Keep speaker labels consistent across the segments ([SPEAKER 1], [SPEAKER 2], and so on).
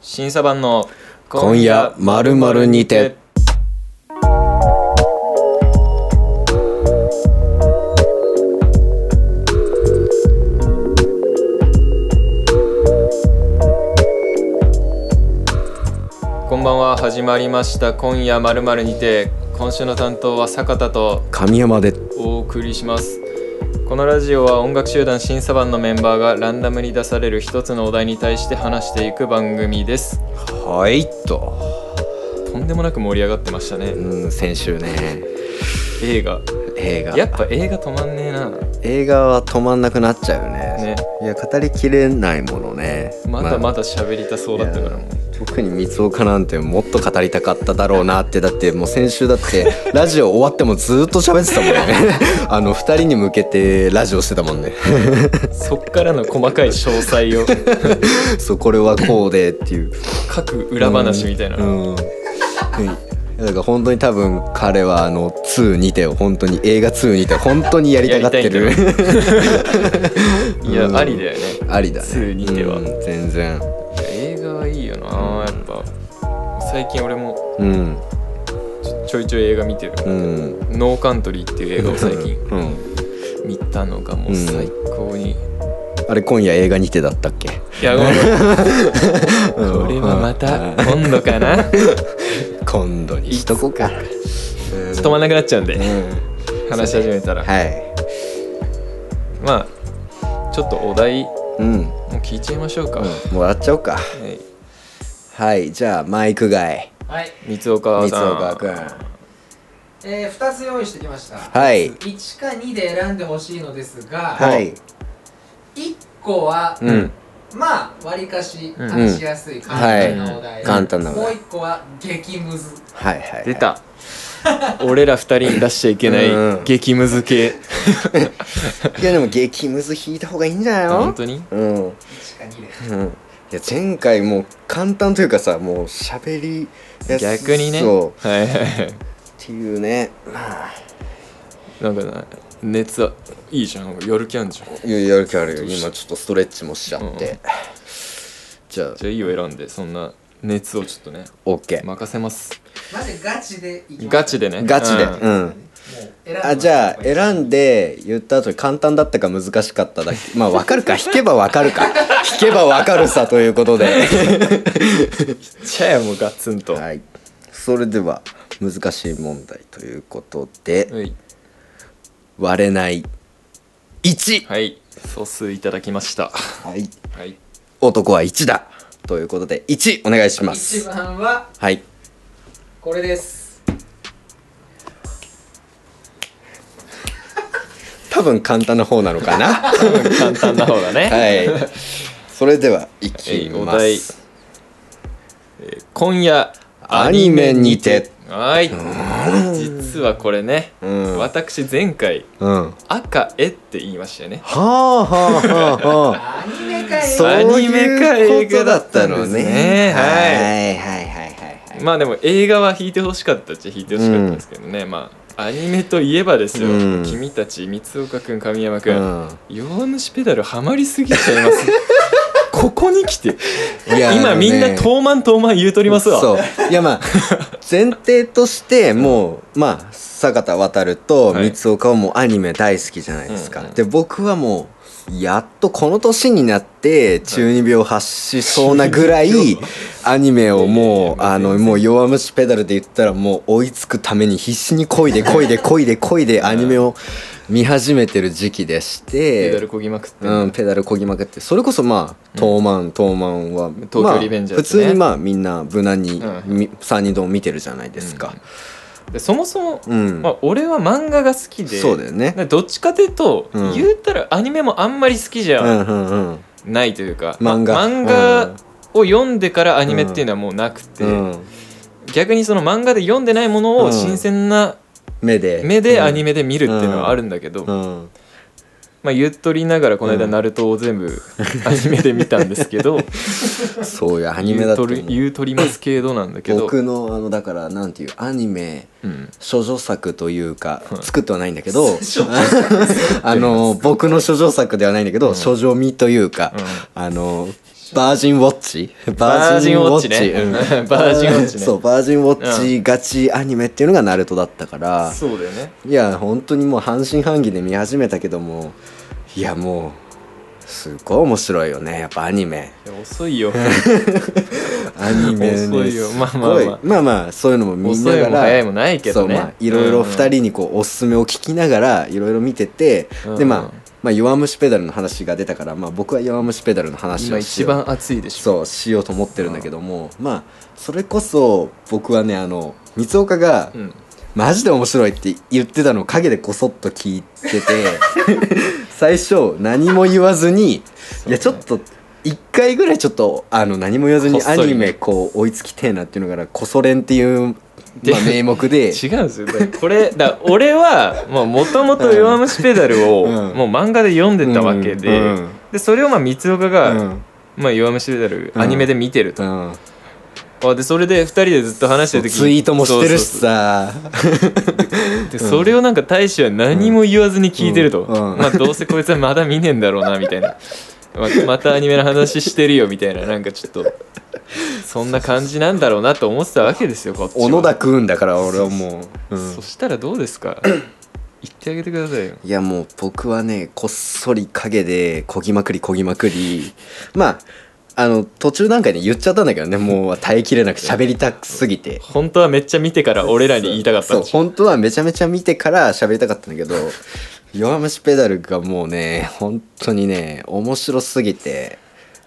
[SPEAKER 1] 審査版の
[SPEAKER 2] 今夜まるまるにて
[SPEAKER 1] こんばんは始まりました今夜まるまるにて今週の担当は坂田と
[SPEAKER 2] 神山で
[SPEAKER 1] お送りしますこのラジオは音楽集団審査版のメンバーがランダムに出される一つのお題に対して話していく番組です
[SPEAKER 2] はいと、
[SPEAKER 1] とんでもなく盛り上がってましたね
[SPEAKER 2] うん、先週ね
[SPEAKER 1] 映画
[SPEAKER 2] 映
[SPEAKER 1] や
[SPEAKER 2] 画
[SPEAKER 1] っぱ映画止まんねえな
[SPEAKER 2] 映画は止まんなくなっちゃうよね
[SPEAKER 1] ね
[SPEAKER 2] いや語りきれないものね
[SPEAKER 1] まだま
[SPEAKER 2] だ
[SPEAKER 1] だ喋りたそうだったからもう
[SPEAKER 2] 特に三岡なんてもっと語りたかっただろうなってだってもう先週だって ラジオ終わってもずっと喋ってたもんね あの二人に向けてラジオしてたもんね
[SPEAKER 1] そっからの細かい詳細を
[SPEAKER 2] そうこれはこうでっていう
[SPEAKER 1] 各裏話みたいな、
[SPEAKER 2] うん、うんだから本当に多分彼はあの2にて本当に映画2にて本当にやりたがって
[SPEAKER 1] や
[SPEAKER 2] る
[SPEAKER 1] りいや、
[SPEAKER 2] うん
[SPEAKER 1] ありだよね
[SPEAKER 2] ありだね
[SPEAKER 1] 2にては
[SPEAKER 2] うん全然
[SPEAKER 1] いや映画はいいよなやっぱ最近俺も
[SPEAKER 2] うん
[SPEAKER 1] ちょちょいちょい映画見てる、
[SPEAKER 2] うん
[SPEAKER 1] ノーカントリーっていう映画を最近
[SPEAKER 2] うん、
[SPEAKER 1] 見たのがもう最高に、
[SPEAKER 2] あれ今夜映画にてだったっけ
[SPEAKER 1] いやごめん
[SPEAKER 2] うん
[SPEAKER 1] これはま
[SPEAKER 2] う
[SPEAKER 1] た
[SPEAKER 2] ん
[SPEAKER 1] 今度か な
[SPEAKER 2] 今度にしとこうか
[SPEAKER 1] 止まんなくなっちゃうん
[SPEAKER 2] う
[SPEAKER 1] で
[SPEAKER 2] ん
[SPEAKER 1] 話し始めたら
[SPEAKER 2] はい
[SPEAKER 1] まあちょっとお題
[SPEAKER 2] うんも
[SPEAKER 1] もう聞いちゃいましょうか、
[SPEAKER 2] うもらっちゃおうか
[SPEAKER 1] はい
[SPEAKER 2] はいじゃあマイク外
[SPEAKER 3] はい、
[SPEAKER 1] 三岡
[SPEAKER 2] 三
[SPEAKER 1] さん
[SPEAKER 2] 岡君
[SPEAKER 3] えー、2つ用意してきました
[SPEAKER 2] はい
[SPEAKER 3] 1か2で選んでほしいのですが、
[SPEAKER 2] はい
[SPEAKER 3] 1個は、
[SPEAKER 2] うん
[SPEAKER 3] まあわりかし
[SPEAKER 1] うん
[SPEAKER 3] 話しやすい簡単なお題、
[SPEAKER 2] はい簡単なお題
[SPEAKER 3] もう1個は激ムズ
[SPEAKER 2] はいはいはい
[SPEAKER 1] 出た俺ら二人に出しちゃいけな
[SPEAKER 2] う
[SPEAKER 1] い
[SPEAKER 2] ん
[SPEAKER 1] 激ムズ系
[SPEAKER 2] いやでも激ムズ引いた方がいいんじゃない
[SPEAKER 1] 本
[SPEAKER 2] の
[SPEAKER 1] 当に
[SPEAKER 2] うん、うん、
[SPEAKER 3] 1か2
[SPEAKER 2] い
[SPEAKER 3] で
[SPEAKER 2] や前回もう簡単というかさもう喋りやす
[SPEAKER 1] 逆にね
[SPEAKER 2] そう
[SPEAKER 1] はいはいはい
[SPEAKER 2] っていうねまあ
[SPEAKER 1] なんかな熱はいいじゃんやる気あんじゃん
[SPEAKER 2] いややる気あるよ今ちょっとストレッチもしちゃって、
[SPEAKER 1] うん
[SPEAKER 2] じゃあ
[SPEAKER 1] じゃあいいよ選んでそんな熱をちょっとね
[SPEAKER 2] OK、
[SPEAKER 1] 任せます
[SPEAKER 3] まずガチでいきます
[SPEAKER 1] ガチでね
[SPEAKER 2] ガチで
[SPEAKER 1] うん
[SPEAKER 2] うん、
[SPEAKER 3] もう選んで
[SPEAKER 2] あじゃあ
[SPEAKER 3] ん
[SPEAKER 2] 選んで言った後に簡単だったか難しかった だけまあ分かるか弾けば分かるか弾けば分かるさということで
[SPEAKER 1] じゃあもうガツンと
[SPEAKER 2] はいそれでは難しい問題ということで
[SPEAKER 1] はい
[SPEAKER 2] 割れない1
[SPEAKER 1] はい総数いただきました
[SPEAKER 2] はい
[SPEAKER 1] はい
[SPEAKER 2] 男は1だということで1お願いしま
[SPEAKER 3] 1
[SPEAKER 2] す
[SPEAKER 3] 番は
[SPEAKER 2] はい
[SPEAKER 3] これです
[SPEAKER 2] 多分簡単な方なのか な
[SPEAKER 1] 簡単な方だ ね、
[SPEAKER 2] はいそれではいき
[SPEAKER 1] はいお
[SPEAKER 2] ま
[SPEAKER 1] 題
[SPEAKER 2] す
[SPEAKER 1] えー今夜
[SPEAKER 2] アニメにて
[SPEAKER 1] はい実はこれね、
[SPEAKER 2] うん
[SPEAKER 1] 私前回
[SPEAKER 2] うんは
[SPEAKER 1] 赤絵って言いましたよね
[SPEAKER 2] あはあはあはあ
[SPEAKER 3] アニメか
[SPEAKER 2] そ
[SPEAKER 3] よ
[SPEAKER 1] う
[SPEAKER 2] ういうことだった
[SPEAKER 1] ア
[SPEAKER 2] のね
[SPEAKER 1] ニメか映
[SPEAKER 2] はいはいはいはいはい
[SPEAKER 1] まあでも映画は弾いてほしかったっちゃ弾いてほしかったんですけどね、まあアニメといえばですよ、
[SPEAKER 2] うん
[SPEAKER 1] 君たち三岡君神山君、
[SPEAKER 2] うん
[SPEAKER 1] 弱虫ペダルハマりすぎちゃいます ここに来て
[SPEAKER 2] いやあ
[SPEAKER 1] 今
[SPEAKER 2] のね
[SPEAKER 1] みんな遠満遠満言うとりますわ
[SPEAKER 2] そういや まあ前提としてもうまあ坂田渡と
[SPEAKER 1] はい
[SPEAKER 2] 三岡はもうアニメ大好きじゃないですか、
[SPEAKER 1] うんうん
[SPEAKER 2] で僕はもうやっとこの年になって中二病を発しそうなぐらいアニメをもうあのもう弱虫ペダルで言ったらもう追いつくために必死に漕いで漕いで漕いで漕いでアニメを見始めてる時期でして
[SPEAKER 1] ペダルこぎまくって、
[SPEAKER 2] うん、ペダルこぎまくってそれこそまあ東満東満は
[SPEAKER 1] 東京
[SPEAKER 2] まあ
[SPEAKER 1] リベンジャー
[SPEAKER 2] 普
[SPEAKER 1] ズね
[SPEAKER 2] 通にまあみんな無難に
[SPEAKER 1] うん
[SPEAKER 2] 3人とも見てるじゃないですか
[SPEAKER 1] でそもそも、
[SPEAKER 2] うん
[SPEAKER 1] まあ、俺は漫画が好きで
[SPEAKER 2] そうだよね
[SPEAKER 1] でどっちかというと、
[SPEAKER 2] うん
[SPEAKER 1] 言うたらアニメもあんまり好きじ
[SPEAKER 2] う
[SPEAKER 1] ゃ
[SPEAKER 2] んうんうん
[SPEAKER 1] ないというか、
[SPEAKER 2] うん漫画
[SPEAKER 1] まあ漫画を読んでからアニメっていうのはもうなくて、
[SPEAKER 2] うん
[SPEAKER 1] 逆にその漫画で読んでないもの
[SPEAKER 2] う
[SPEAKER 1] を
[SPEAKER 2] ん
[SPEAKER 1] 新鮮な
[SPEAKER 2] 目で
[SPEAKER 1] 目でアニ
[SPEAKER 2] メ
[SPEAKER 1] メで見るっていうのはあるんだけど、
[SPEAKER 2] うん
[SPEAKER 1] まあ、言っとりながらこの間「
[SPEAKER 2] うん
[SPEAKER 1] ナルトを全 部アニメで見たんですけど
[SPEAKER 2] そういうアニメ
[SPEAKER 1] 言
[SPEAKER 2] だ
[SPEAKER 1] う
[SPEAKER 2] と
[SPEAKER 1] と
[SPEAKER 2] 思
[SPEAKER 1] り
[SPEAKER 2] う
[SPEAKER 1] 言うとりますけどなんだけど、
[SPEAKER 2] 僕のあのだからなんていうアニメ
[SPEAKER 1] うん
[SPEAKER 2] 処女作というか
[SPEAKER 1] うん
[SPEAKER 2] 作ってはないんだ けど あの僕の処女作ではないんだけど処女見というか
[SPEAKER 1] うん
[SPEAKER 2] あのバージンウォッチ
[SPEAKER 1] バージンウォッチね
[SPEAKER 2] バージンウォッ
[SPEAKER 1] バージンウォッチ
[SPEAKER 2] チ
[SPEAKER 1] ね
[SPEAKER 2] そうバージンウォッチガチアニメっていうのがナルトだったから、
[SPEAKER 1] そうだよね
[SPEAKER 2] いや本当にもう半信半疑で見始めたけどもいやもうすごい面白いよねやっぱアニメ
[SPEAKER 1] いや遅いよ
[SPEAKER 2] アニメね
[SPEAKER 1] 遅いよまあ
[SPEAKER 2] す
[SPEAKER 1] まあま
[SPEAKER 2] ご
[SPEAKER 1] あ
[SPEAKER 2] いまあまあそういうのも見な
[SPEAKER 1] 遅い
[SPEAKER 2] が
[SPEAKER 1] も
[SPEAKER 2] ら
[SPEAKER 1] 早いもないけ
[SPEAKER 2] そ
[SPEAKER 1] ど
[SPEAKER 2] う
[SPEAKER 1] ね
[SPEAKER 2] まあいろいろ2
[SPEAKER 1] 人
[SPEAKER 2] 人にこうおすすめを聞きながらいろいろ見てて、
[SPEAKER 1] うん
[SPEAKER 2] でまあまあ、弱虫ペダルの話が出たから、まあ、僕は弱虫ペダルの話
[SPEAKER 1] 今
[SPEAKER 2] をし
[SPEAKER 1] 一
[SPEAKER 2] よう
[SPEAKER 1] 番暑いでしょ
[SPEAKER 2] そうしようと思ってるんだけども、まあそれこそ僕はねあの三岡が、
[SPEAKER 1] うん
[SPEAKER 2] マジで面白いって言ってたのを陰でこそっと聞いてて 最初何も言わずに、
[SPEAKER 1] そう
[SPEAKER 2] い
[SPEAKER 1] ね
[SPEAKER 2] やちょっと一回ぐらいちょっとあの何も言わず
[SPEAKER 1] こ
[SPEAKER 2] に
[SPEAKER 1] っ
[SPEAKER 2] ア
[SPEAKER 1] そり
[SPEAKER 2] ニメこう追いつきてえなっていうのから「こそれん」っていう、
[SPEAKER 1] で
[SPEAKER 2] まあ、名目で
[SPEAKER 1] 違うんですよだからこれだから俺はもともと「弱虫ペダル」を
[SPEAKER 2] うん
[SPEAKER 1] もう漫画で読んでたわけで,、
[SPEAKER 2] うんうん
[SPEAKER 1] でそれをまあ三岡が「
[SPEAKER 2] うん
[SPEAKER 1] まあ、弱虫ペダル」
[SPEAKER 2] うん
[SPEAKER 1] アニメで見てると、
[SPEAKER 2] うん
[SPEAKER 1] あでそれで2人でずっと話してる時に
[SPEAKER 2] ツイートもしてるし
[SPEAKER 1] そうそう
[SPEAKER 2] さ
[SPEAKER 1] そうでそれをなんか大使は何も言わずに聞いてると、
[SPEAKER 2] うんうんうん
[SPEAKER 1] まあどうせこいつはまだ見ねえんだろうなみたいなままたアニメの話してるよみたいななんかちょっとそんな感じなんだろうなと思ってたわけですよこっちは
[SPEAKER 2] 小野田君だから俺はもう、うん
[SPEAKER 1] そしたらどうです か言ってあげてくださいよ
[SPEAKER 2] いやもう僕はねこっそり陰でこぎまくりこぎまくりまああの途中段階で言っちゃったんだけどねもう耐えきれなく喋りたくすぎて
[SPEAKER 1] 本当はめっちゃ見てから俺らに言いたかった
[SPEAKER 2] そ
[SPEAKER 1] ん
[SPEAKER 2] う
[SPEAKER 1] でしょ
[SPEAKER 2] 本当はめちゃめちゃ見てから喋りたかったんだけど「弱虫ペダル」がもうね本当にね面白すぎて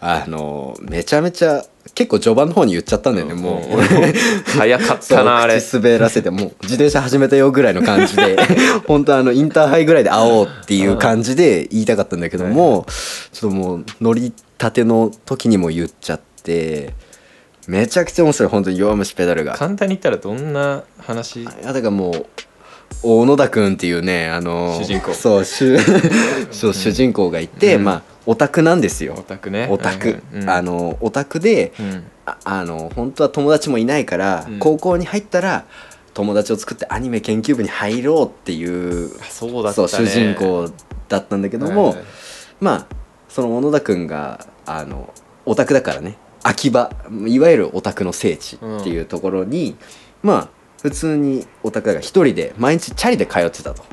[SPEAKER 2] あのめちゃめちゃ結構序盤の方に言っちゃったんだよね、もう
[SPEAKER 1] うん早かったなあれ
[SPEAKER 2] そう口滑らせてもう自転車始めたよぐらいの感じ で本当あのインターハイぐらいで会おうっていう感じで言いたかったんだけどもちょっともう乗りたての時にも言っちゃってめちゃくちゃ面白い本当に弱虫ペダルが
[SPEAKER 1] 簡単に言ったらどんな話
[SPEAKER 2] あだからもう小野田君っていうねあの
[SPEAKER 1] 主人公
[SPEAKER 2] そ う主そう主人公がいて、
[SPEAKER 1] うん
[SPEAKER 2] まあオタクなんです
[SPEAKER 1] オ
[SPEAKER 2] よ
[SPEAKER 1] タクね
[SPEAKER 2] オタク、
[SPEAKER 1] うんうん
[SPEAKER 2] あのオタクで、
[SPEAKER 1] うん
[SPEAKER 2] ああの本当は友達もいないから、
[SPEAKER 1] うん
[SPEAKER 2] 高校に入ったら友達を作ってアニメ研究部に入ろうっていう
[SPEAKER 1] あそうだった
[SPEAKER 2] そう
[SPEAKER 1] ね
[SPEAKER 2] 主人公だったんだけども、
[SPEAKER 1] はいはい
[SPEAKER 2] まあその小野田君があのオタクだからね秋葉いわゆるオタクの聖地っていうところに、まあ普通にオタクが一人で毎日チャリで通ってたと。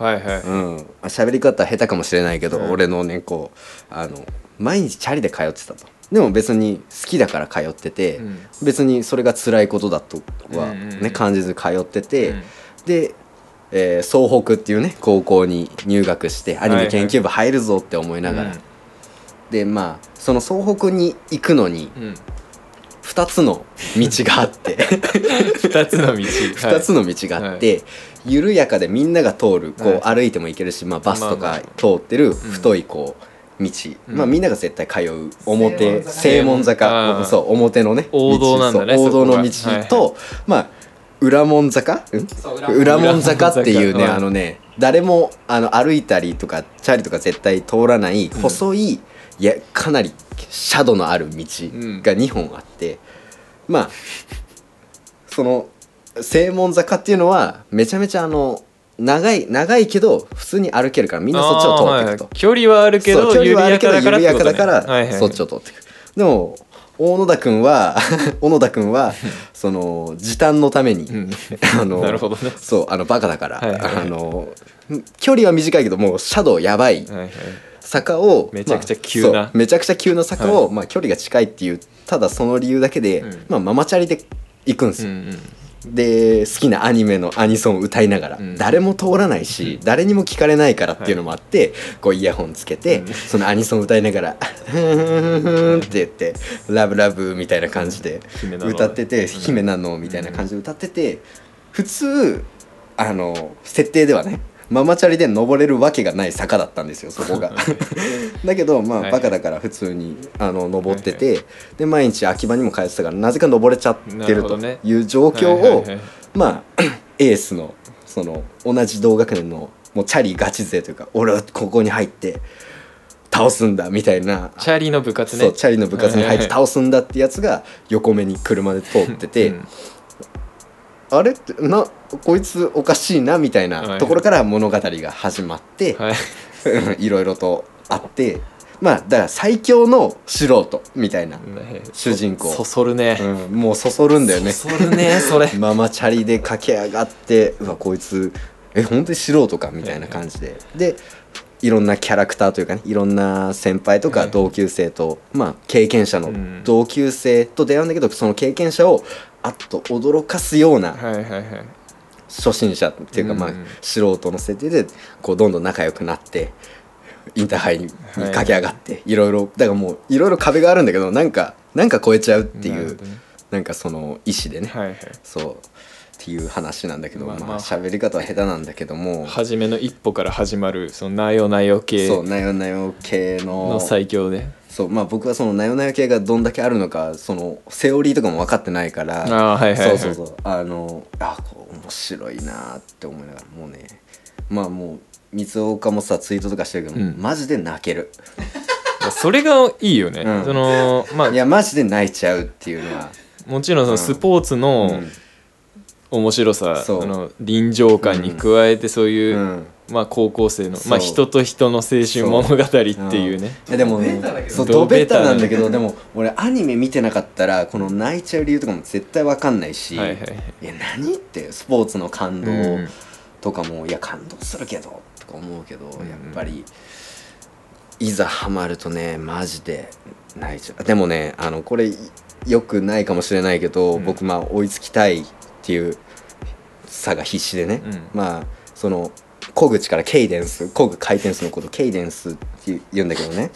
[SPEAKER 1] はいはい
[SPEAKER 2] うん、まあ喋り方下手かもしれないけど、
[SPEAKER 1] うん
[SPEAKER 2] 俺のねこうあの毎日チャリで通ってたとでも別に好きだから通ってて、
[SPEAKER 1] うん
[SPEAKER 2] 別にそれが辛いことだとは、ね
[SPEAKER 1] うんうんうん
[SPEAKER 2] 感じず通ってて、
[SPEAKER 1] うん
[SPEAKER 2] で、えー総北っていうね高校に入学してアニメ研究部入るぞって思いながら、でまあその総北に行くのに
[SPEAKER 1] うんうん
[SPEAKER 2] 2つの道があって
[SPEAKER 1] 二つの道
[SPEAKER 2] 2つの道があって、緩やかでみんなが通るこう歩いても行けるし、まあ、バスと
[SPEAKER 1] まあ
[SPEAKER 2] か
[SPEAKER 1] まあ
[SPEAKER 2] 通ってる太いこう道、
[SPEAKER 1] うん
[SPEAKER 2] まあ、みんなが絶対通う表正
[SPEAKER 3] 正
[SPEAKER 2] 門
[SPEAKER 1] 門坂
[SPEAKER 2] 坂
[SPEAKER 1] あー
[SPEAKER 2] そう表のね
[SPEAKER 1] 王道なんだね
[SPEAKER 2] 道そう
[SPEAKER 1] そこ
[SPEAKER 2] 王道
[SPEAKER 1] が
[SPEAKER 2] の道
[SPEAKER 1] はいはい
[SPEAKER 2] と、まあ裏門坂ん
[SPEAKER 3] そう
[SPEAKER 2] 裏門坂っていうね
[SPEAKER 1] 裏門坂
[SPEAKER 2] あのね誰もあの歩いたりとかチャリとか絶対通らない細い、いやかなりシャドのある道が2本あって、まあその正門坂っていうのはめちゃめちゃあの長い長いけど普通に歩けるからみんなそっちを通っていく
[SPEAKER 1] あ
[SPEAKER 2] と
[SPEAKER 1] ーはいはい、距離はあるけ
[SPEAKER 2] そう
[SPEAKER 1] ど
[SPEAKER 2] 距離はあるけど緩
[SPEAKER 1] 緩や
[SPEAKER 2] やか
[SPEAKER 1] か
[SPEAKER 2] だ
[SPEAKER 1] だ
[SPEAKER 2] か
[SPEAKER 1] からってことねはい
[SPEAKER 2] ら
[SPEAKER 1] はい
[SPEAKER 2] そっちを通っていくでも大野田君は 小野田君はその時短のために、
[SPEAKER 1] ん
[SPEAKER 2] あの
[SPEAKER 1] なるほどね
[SPEAKER 2] そうあのバカだから、
[SPEAKER 1] はいはいはい
[SPEAKER 2] あの距離は短いけどもうシャドウやばい
[SPEAKER 1] はいはい
[SPEAKER 2] 坂を
[SPEAKER 1] めちゃくちゃ急な
[SPEAKER 2] まあそうめちゃくちゃ急な坂を、まあ、距離が近いっていうただその理由だけで、
[SPEAKER 1] うん
[SPEAKER 2] まあ、ママチャリで行くんです
[SPEAKER 1] うん
[SPEAKER 2] よ、
[SPEAKER 1] うん
[SPEAKER 2] で好きなアニメのアニソンを歌いながら、
[SPEAKER 1] うん
[SPEAKER 2] 誰も通らないし、誰にも聞かれないからっていうのもあって、こうイヤホンつけて、
[SPEAKER 1] うん
[SPEAKER 2] そのアニソンを歌いながら「ふんふんふん」って言って「ラブラブ」みたいな感じで
[SPEAKER 1] 姫なの
[SPEAKER 2] 歌ってて「
[SPEAKER 1] うん
[SPEAKER 2] 姫なの」みたいな感じで歌ってて普通あの設定ではねママチャリで登れるわけがない坂だったんですよそこ がだけどま
[SPEAKER 1] は
[SPEAKER 2] あ
[SPEAKER 1] い
[SPEAKER 2] バカだから普通にあの登っててで毎日秋葉にも通ってたからなぜか登れちゃって
[SPEAKER 1] なる
[SPEAKER 2] る
[SPEAKER 1] ほ
[SPEAKER 2] と
[SPEAKER 1] どね
[SPEAKER 2] いう状況
[SPEAKER 1] はいは
[SPEAKER 2] を
[SPEAKER 1] いはい
[SPEAKER 2] まあ エースのその同じ同学年のもうチャリガチ勢というか俺はここに入って倒すんだみたいな
[SPEAKER 1] チャリの部活ね
[SPEAKER 2] そうチャリの部活に入って
[SPEAKER 1] っ
[SPEAKER 2] 倒すんだってやつが横目に車で通ってて、あれってなこいつおかしいなみたい
[SPEAKER 1] はいは
[SPEAKER 2] ないところから物語が始まって、
[SPEAKER 1] はい
[SPEAKER 2] いろいろとあってまあだから最強の素人みたいな
[SPEAKER 1] ね
[SPEAKER 2] 主人公
[SPEAKER 1] そそるね、
[SPEAKER 2] うん、もうそそるんだよね
[SPEAKER 1] そそるねそれ
[SPEAKER 2] ママチャリで駆け上がってうわこいつえ本当に素人かみたいな感じで、でいろんなキャラクターというかねいろんな先輩と
[SPEAKER 1] は
[SPEAKER 2] か
[SPEAKER 1] い
[SPEAKER 2] 同級生と、まあ経験者
[SPEAKER 1] う
[SPEAKER 2] の
[SPEAKER 1] ん
[SPEAKER 2] 同級生と出会うんだけどその経験者をあっと驚かすような
[SPEAKER 1] はいはいはい
[SPEAKER 2] 初心者っていうか、まあ
[SPEAKER 1] うん
[SPEAKER 2] 素人の設定でこうどんどん仲良くなってインターハイに駆け上がって、い、ろいろだからもういろいろ壁があるんだけどなんかなんか超えちゃうって
[SPEAKER 1] な
[SPEAKER 2] いう
[SPEAKER 1] るほ
[SPEAKER 2] な,、
[SPEAKER 1] どね
[SPEAKER 2] んかその意思でね、
[SPEAKER 1] はいはい
[SPEAKER 2] そうっていう話なんだけどま
[SPEAKER 1] ま
[SPEAKER 2] あ
[SPEAKER 1] あ
[SPEAKER 2] 喋、
[SPEAKER 1] まあ
[SPEAKER 2] り方は下手なんだけども
[SPEAKER 1] 初めの一歩から始まるそのなよなよ系
[SPEAKER 2] そうなよなよ系の
[SPEAKER 1] の最強で
[SPEAKER 2] そうまあ僕はそのなよなよ系がどんだけあるのかそのセオリーとかも分かってないから
[SPEAKER 1] ああはいはい、
[SPEAKER 2] そ
[SPEAKER 1] は
[SPEAKER 2] う
[SPEAKER 1] い、
[SPEAKER 2] そうそうあのあこう面白いなって思いながらもうねまあもう三岡もさツイートとかしてるけど、
[SPEAKER 1] うん
[SPEAKER 2] マジで泣ける
[SPEAKER 1] それがいいよね、
[SPEAKER 2] うん
[SPEAKER 1] そのまあ
[SPEAKER 2] いやマジで泣いちゃうっていうのは、
[SPEAKER 1] もちろんそのスポーツ
[SPEAKER 2] う
[SPEAKER 1] の
[SPEAKER 2] ん
[SPEAKER 1] 面白さ、
[SPEAKER 2] そう
[SPEAKER 1] その臨場感に加えてそういう、
[SPEAKER 2] うん
[SPEAKER 1] まあ、高校生の、
[SPEAKER 2] そう
[SPEAKER 1] まあ、人と人の青春物語っていうね
[SPEAKER 2] いやでも
[SPEAKER 3] ベタだけど
[SPEAKER 2] そう
[SPEAKER 1] ね
[SPEAKER 2] ドベタなんだけどでも俺アニメ見てなかったらこの泣いちゃう理由とかも絶対わかんないし、
[SPEAKER 1] はいはいはい
[SPEAKER 2] や何ってスポーツの感動
[SPEAKER 1] うん
[SPEAKER 2] とかも、いや感動するけどとか思うけど、
[SPEAKER 1] ん
[SPEAKER 2] やっぱりいざハマるとねマジで泣いちゃうでもねあのこれよくないかもしれないけど、
[SPEAKER 1] うん
[SPEAKER 2] 僕まあ追いつきたいっていう差が必死でね、
[SPEAKER 1] うん
[SPEAKER 2] まあその小口からケイデンス工具回転数のことケイデンスって言うんだけどね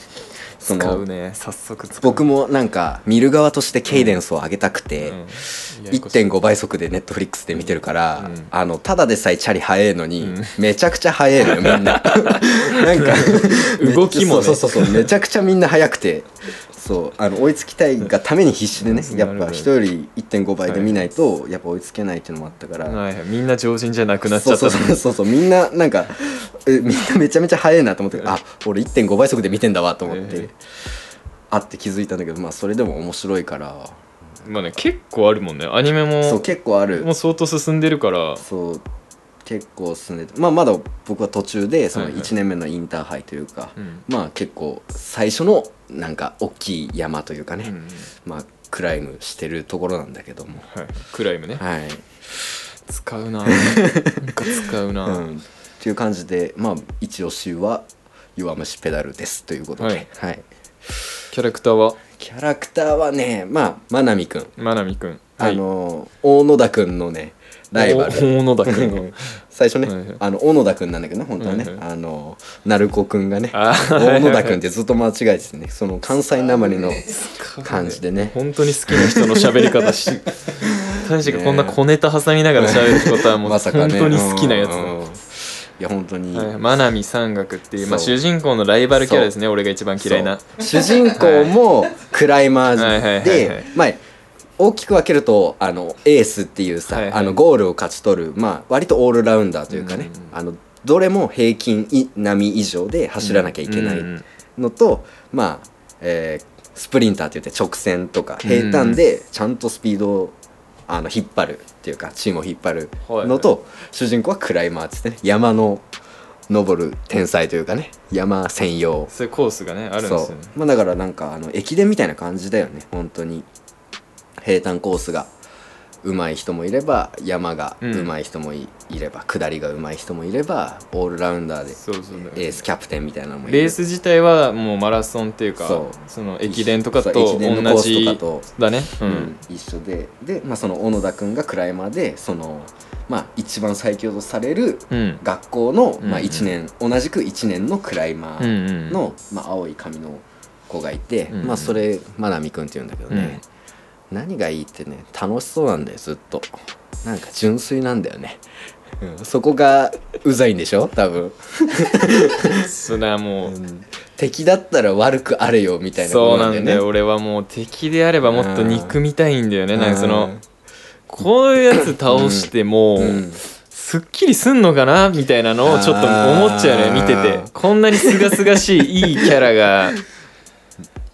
[SPEAKER 2] そ
[SPEAKER 1] 使
[SPEAKER 2] の
[SPEAKER 1] うね早速使う
[SPEAKER 2] 僕もなんか見る側としてケイデンスを上げたくて、
[SPEAKER 1] うんややこしい
[SPEAKER 2] 1.5倍速でネットフリックスで見てるから、
[SPEAKER 1] うん
[SPEAKER 2] あのただでさえチャリ速えのに、
[SPEAKER 1] うん
[SPEAKER 2] めちゃくちゃ速えのよみんなな んか
[SPEAKER 1] 動きもね
[SPEAKER 2] そうそうそうそうめちゃくちゃみんな速くてそうあの追いつきたいがために必死でね、
[SPEAKER 1] うん
[SPEAKER 2] やっ
[SPEAKER 1] なるほ
[SPEAKER 2] ぱ
[SPEAKER 1] ど
[SPEAKER 2] 人より1.5倍で見ないと、やっぱ追いつけないっていうのもあったから、
[SPEAKER 1] はいはいみんな常人じゃなくなっちゃった
[SPEAKER 2] そうそうそうそうそうみんななんかえみんなめちゃめちゃ速いなと思ってあ俺1.5倍速で見てんだわと思って、
[SPEAKER 1] ええ
[SPEAKER 2] あって気づいたんだけどまあそれでも面白いから
[SPEAKER 1] まあね結構あるもんねアニメ
[SPEAKER 2] そう
[SPEAKER 1] も
[SPEAKER 2] 結構ある
[SPEAKER 1] もう相当進んでるから
[SPEAKER 2] そう結構進んでてまあまだ僕は途中でその
[SPEAKER 1] はいはい
[SPEAKER 2] 1年目のインターハイというか、
[SPEAKER 1] うん
[SPEAKER 2] まあ結構最初のなんか大きい山というかね、
[SPEAKER 1] うん
[SPEAKER 2] まあクライムしてるところなんだけども
[SPEAKER 1] はいクライムね
[SPEAKER 2] はい、
[SPEAKER 1] 使う ななんか使うな、
[SPEAKER 2] うん、っていう感じでまあ一押しは「弱虫ペダル」ですということで、
[SPEAKER 1] はい
[SPEAKER 2] はい、
[SPEAKER 1] キャラクターは
[SPEAKER 2] キャラクターはねまあまなみくん、
[SPEAKER 1] まなみくんはい
[SPEAKER 2] あの大野田くんのねライバル
[SPEAKER 1] お大野田くんの
[SPEAKER 2] 最初ね、
[SPEAKER 1] はいはい
[SPEAKER 2] あの小野田くんなんだけどね本当はね、
[SPEAKER 1] はいは
[SPEAKER 2] あの鳴子くんがね
[SPEAKER 1] あー
[SPEAKER 2] 大野田くんってずっと間違えててねその関西なまりの感じでね
[SPEAKER 1] 本当に好きな人の喋り方 し大志がこんな小ネタ挟みながら喋ることはもう
[SPEAKER 2] まさか
[SPEAKER 1] 本
[SPEAKER 2] ね
[SPEAKER 1] 当に好きなやつ
[SPEAKER 2] うんうんうんいや本当に、
[SPEAKER 1] はい真波山岳っていう、まあ、
[SPEAKER 2] そう
[SPEAKER 1] 主人公のライバルキャラですね俺が一番嫌いな
[SPEAKER 2] そう主人公もクライマー
[SPEAKER 1] はいはいはいはい
[SPEAKER 2] ズでまあ大きく分けるとあのエースっていうさ、
[SPEAKER 1] はいはい
[SPEAKER 2] あのゴールを勝ち取る、まあ、割とオールラウンダーというかね、
[SPEAKER 1] う
[SPEAKER 2] あのどれも平均い並以上で走らなきゃいけない
[SPEAKER 1] うんうん
[SPEAKER 2] のと、まあえースプリンターって言って直線とか平坦でちゃんとスピードをあの引っ張るっていうかチームを引っ張るのと、
[SPEAKER 1] は
[SPEAKER 2] 主人公はクライマーっつってね山の登る天才というかね山専用
[SPEAKER 1] そういうコースがねあるんですよね
[SPEAKER 2] そうまあだからなんかあの駅伝みたいな感じだよね本当に平坦コースが上手い人もいれば山が上手い人もい,、れば下りが上手い人もいればオールラウンダーで
[SPEAKER 1] そうそう
[SPEAKER 2] エースキャプテンみたいなのもいる
[SPEAKER 1] レース自体はもうマラソンっていうか
[SPEAKER 2] そ
[SPEAKER 1] そうの駅伝とかと
[SPEAKER 2] そう
[SPEAKER 1] 同
[SPEAKER 2] 駅伝のコース
[SPEAKER 1] じ
[SPEAKER 2] とかと
[SPEAKER 1] だねう、
[SPEAKER 2] うんん、一緒でで、まあ、その小野田君がクライマーでその、まあ、一番最強とされる
[SPEAKER 1] うん
[SPEAKER 2] 学校の、
[SPEAKER 1] うん
[SPEAKER 2] まあ、一年同じく1年のクライマ
[SPEAKER 1] うん
[SPEAKER 2] ー
[SPEAKER 1] うん
[SPEAKER 2] の、まあ、青い髪の子がいて、
[SPEAKER 1] うんうん
[SPEAKER 2] まあ、それまなみくんっていうんだけどね、何がいいってね楽しそうなんだよずっとなんか純粋なんだよね、うん、そこがうざいんでしょ多分、
[SPEAKER 1] それはもう、
[SPEAKER 2] 敵だったら悪くあれよみたいな
[SPEAKER 1] そう
[SPEAKER 2] こと
[SPEAKER 1] なんだよ俺はもう敵であればもっと憎みたいんだよねなんかそのこういうやつ倒しても、
[SPEAKER 2] うんうん
[SPEAKER 1] すっきりすんのかなみたいなのをちょっと思っちゃうね見て
[SPEAKER 2] あー
[SPEAKER 1] てこんなにすがすがし いいいキャラが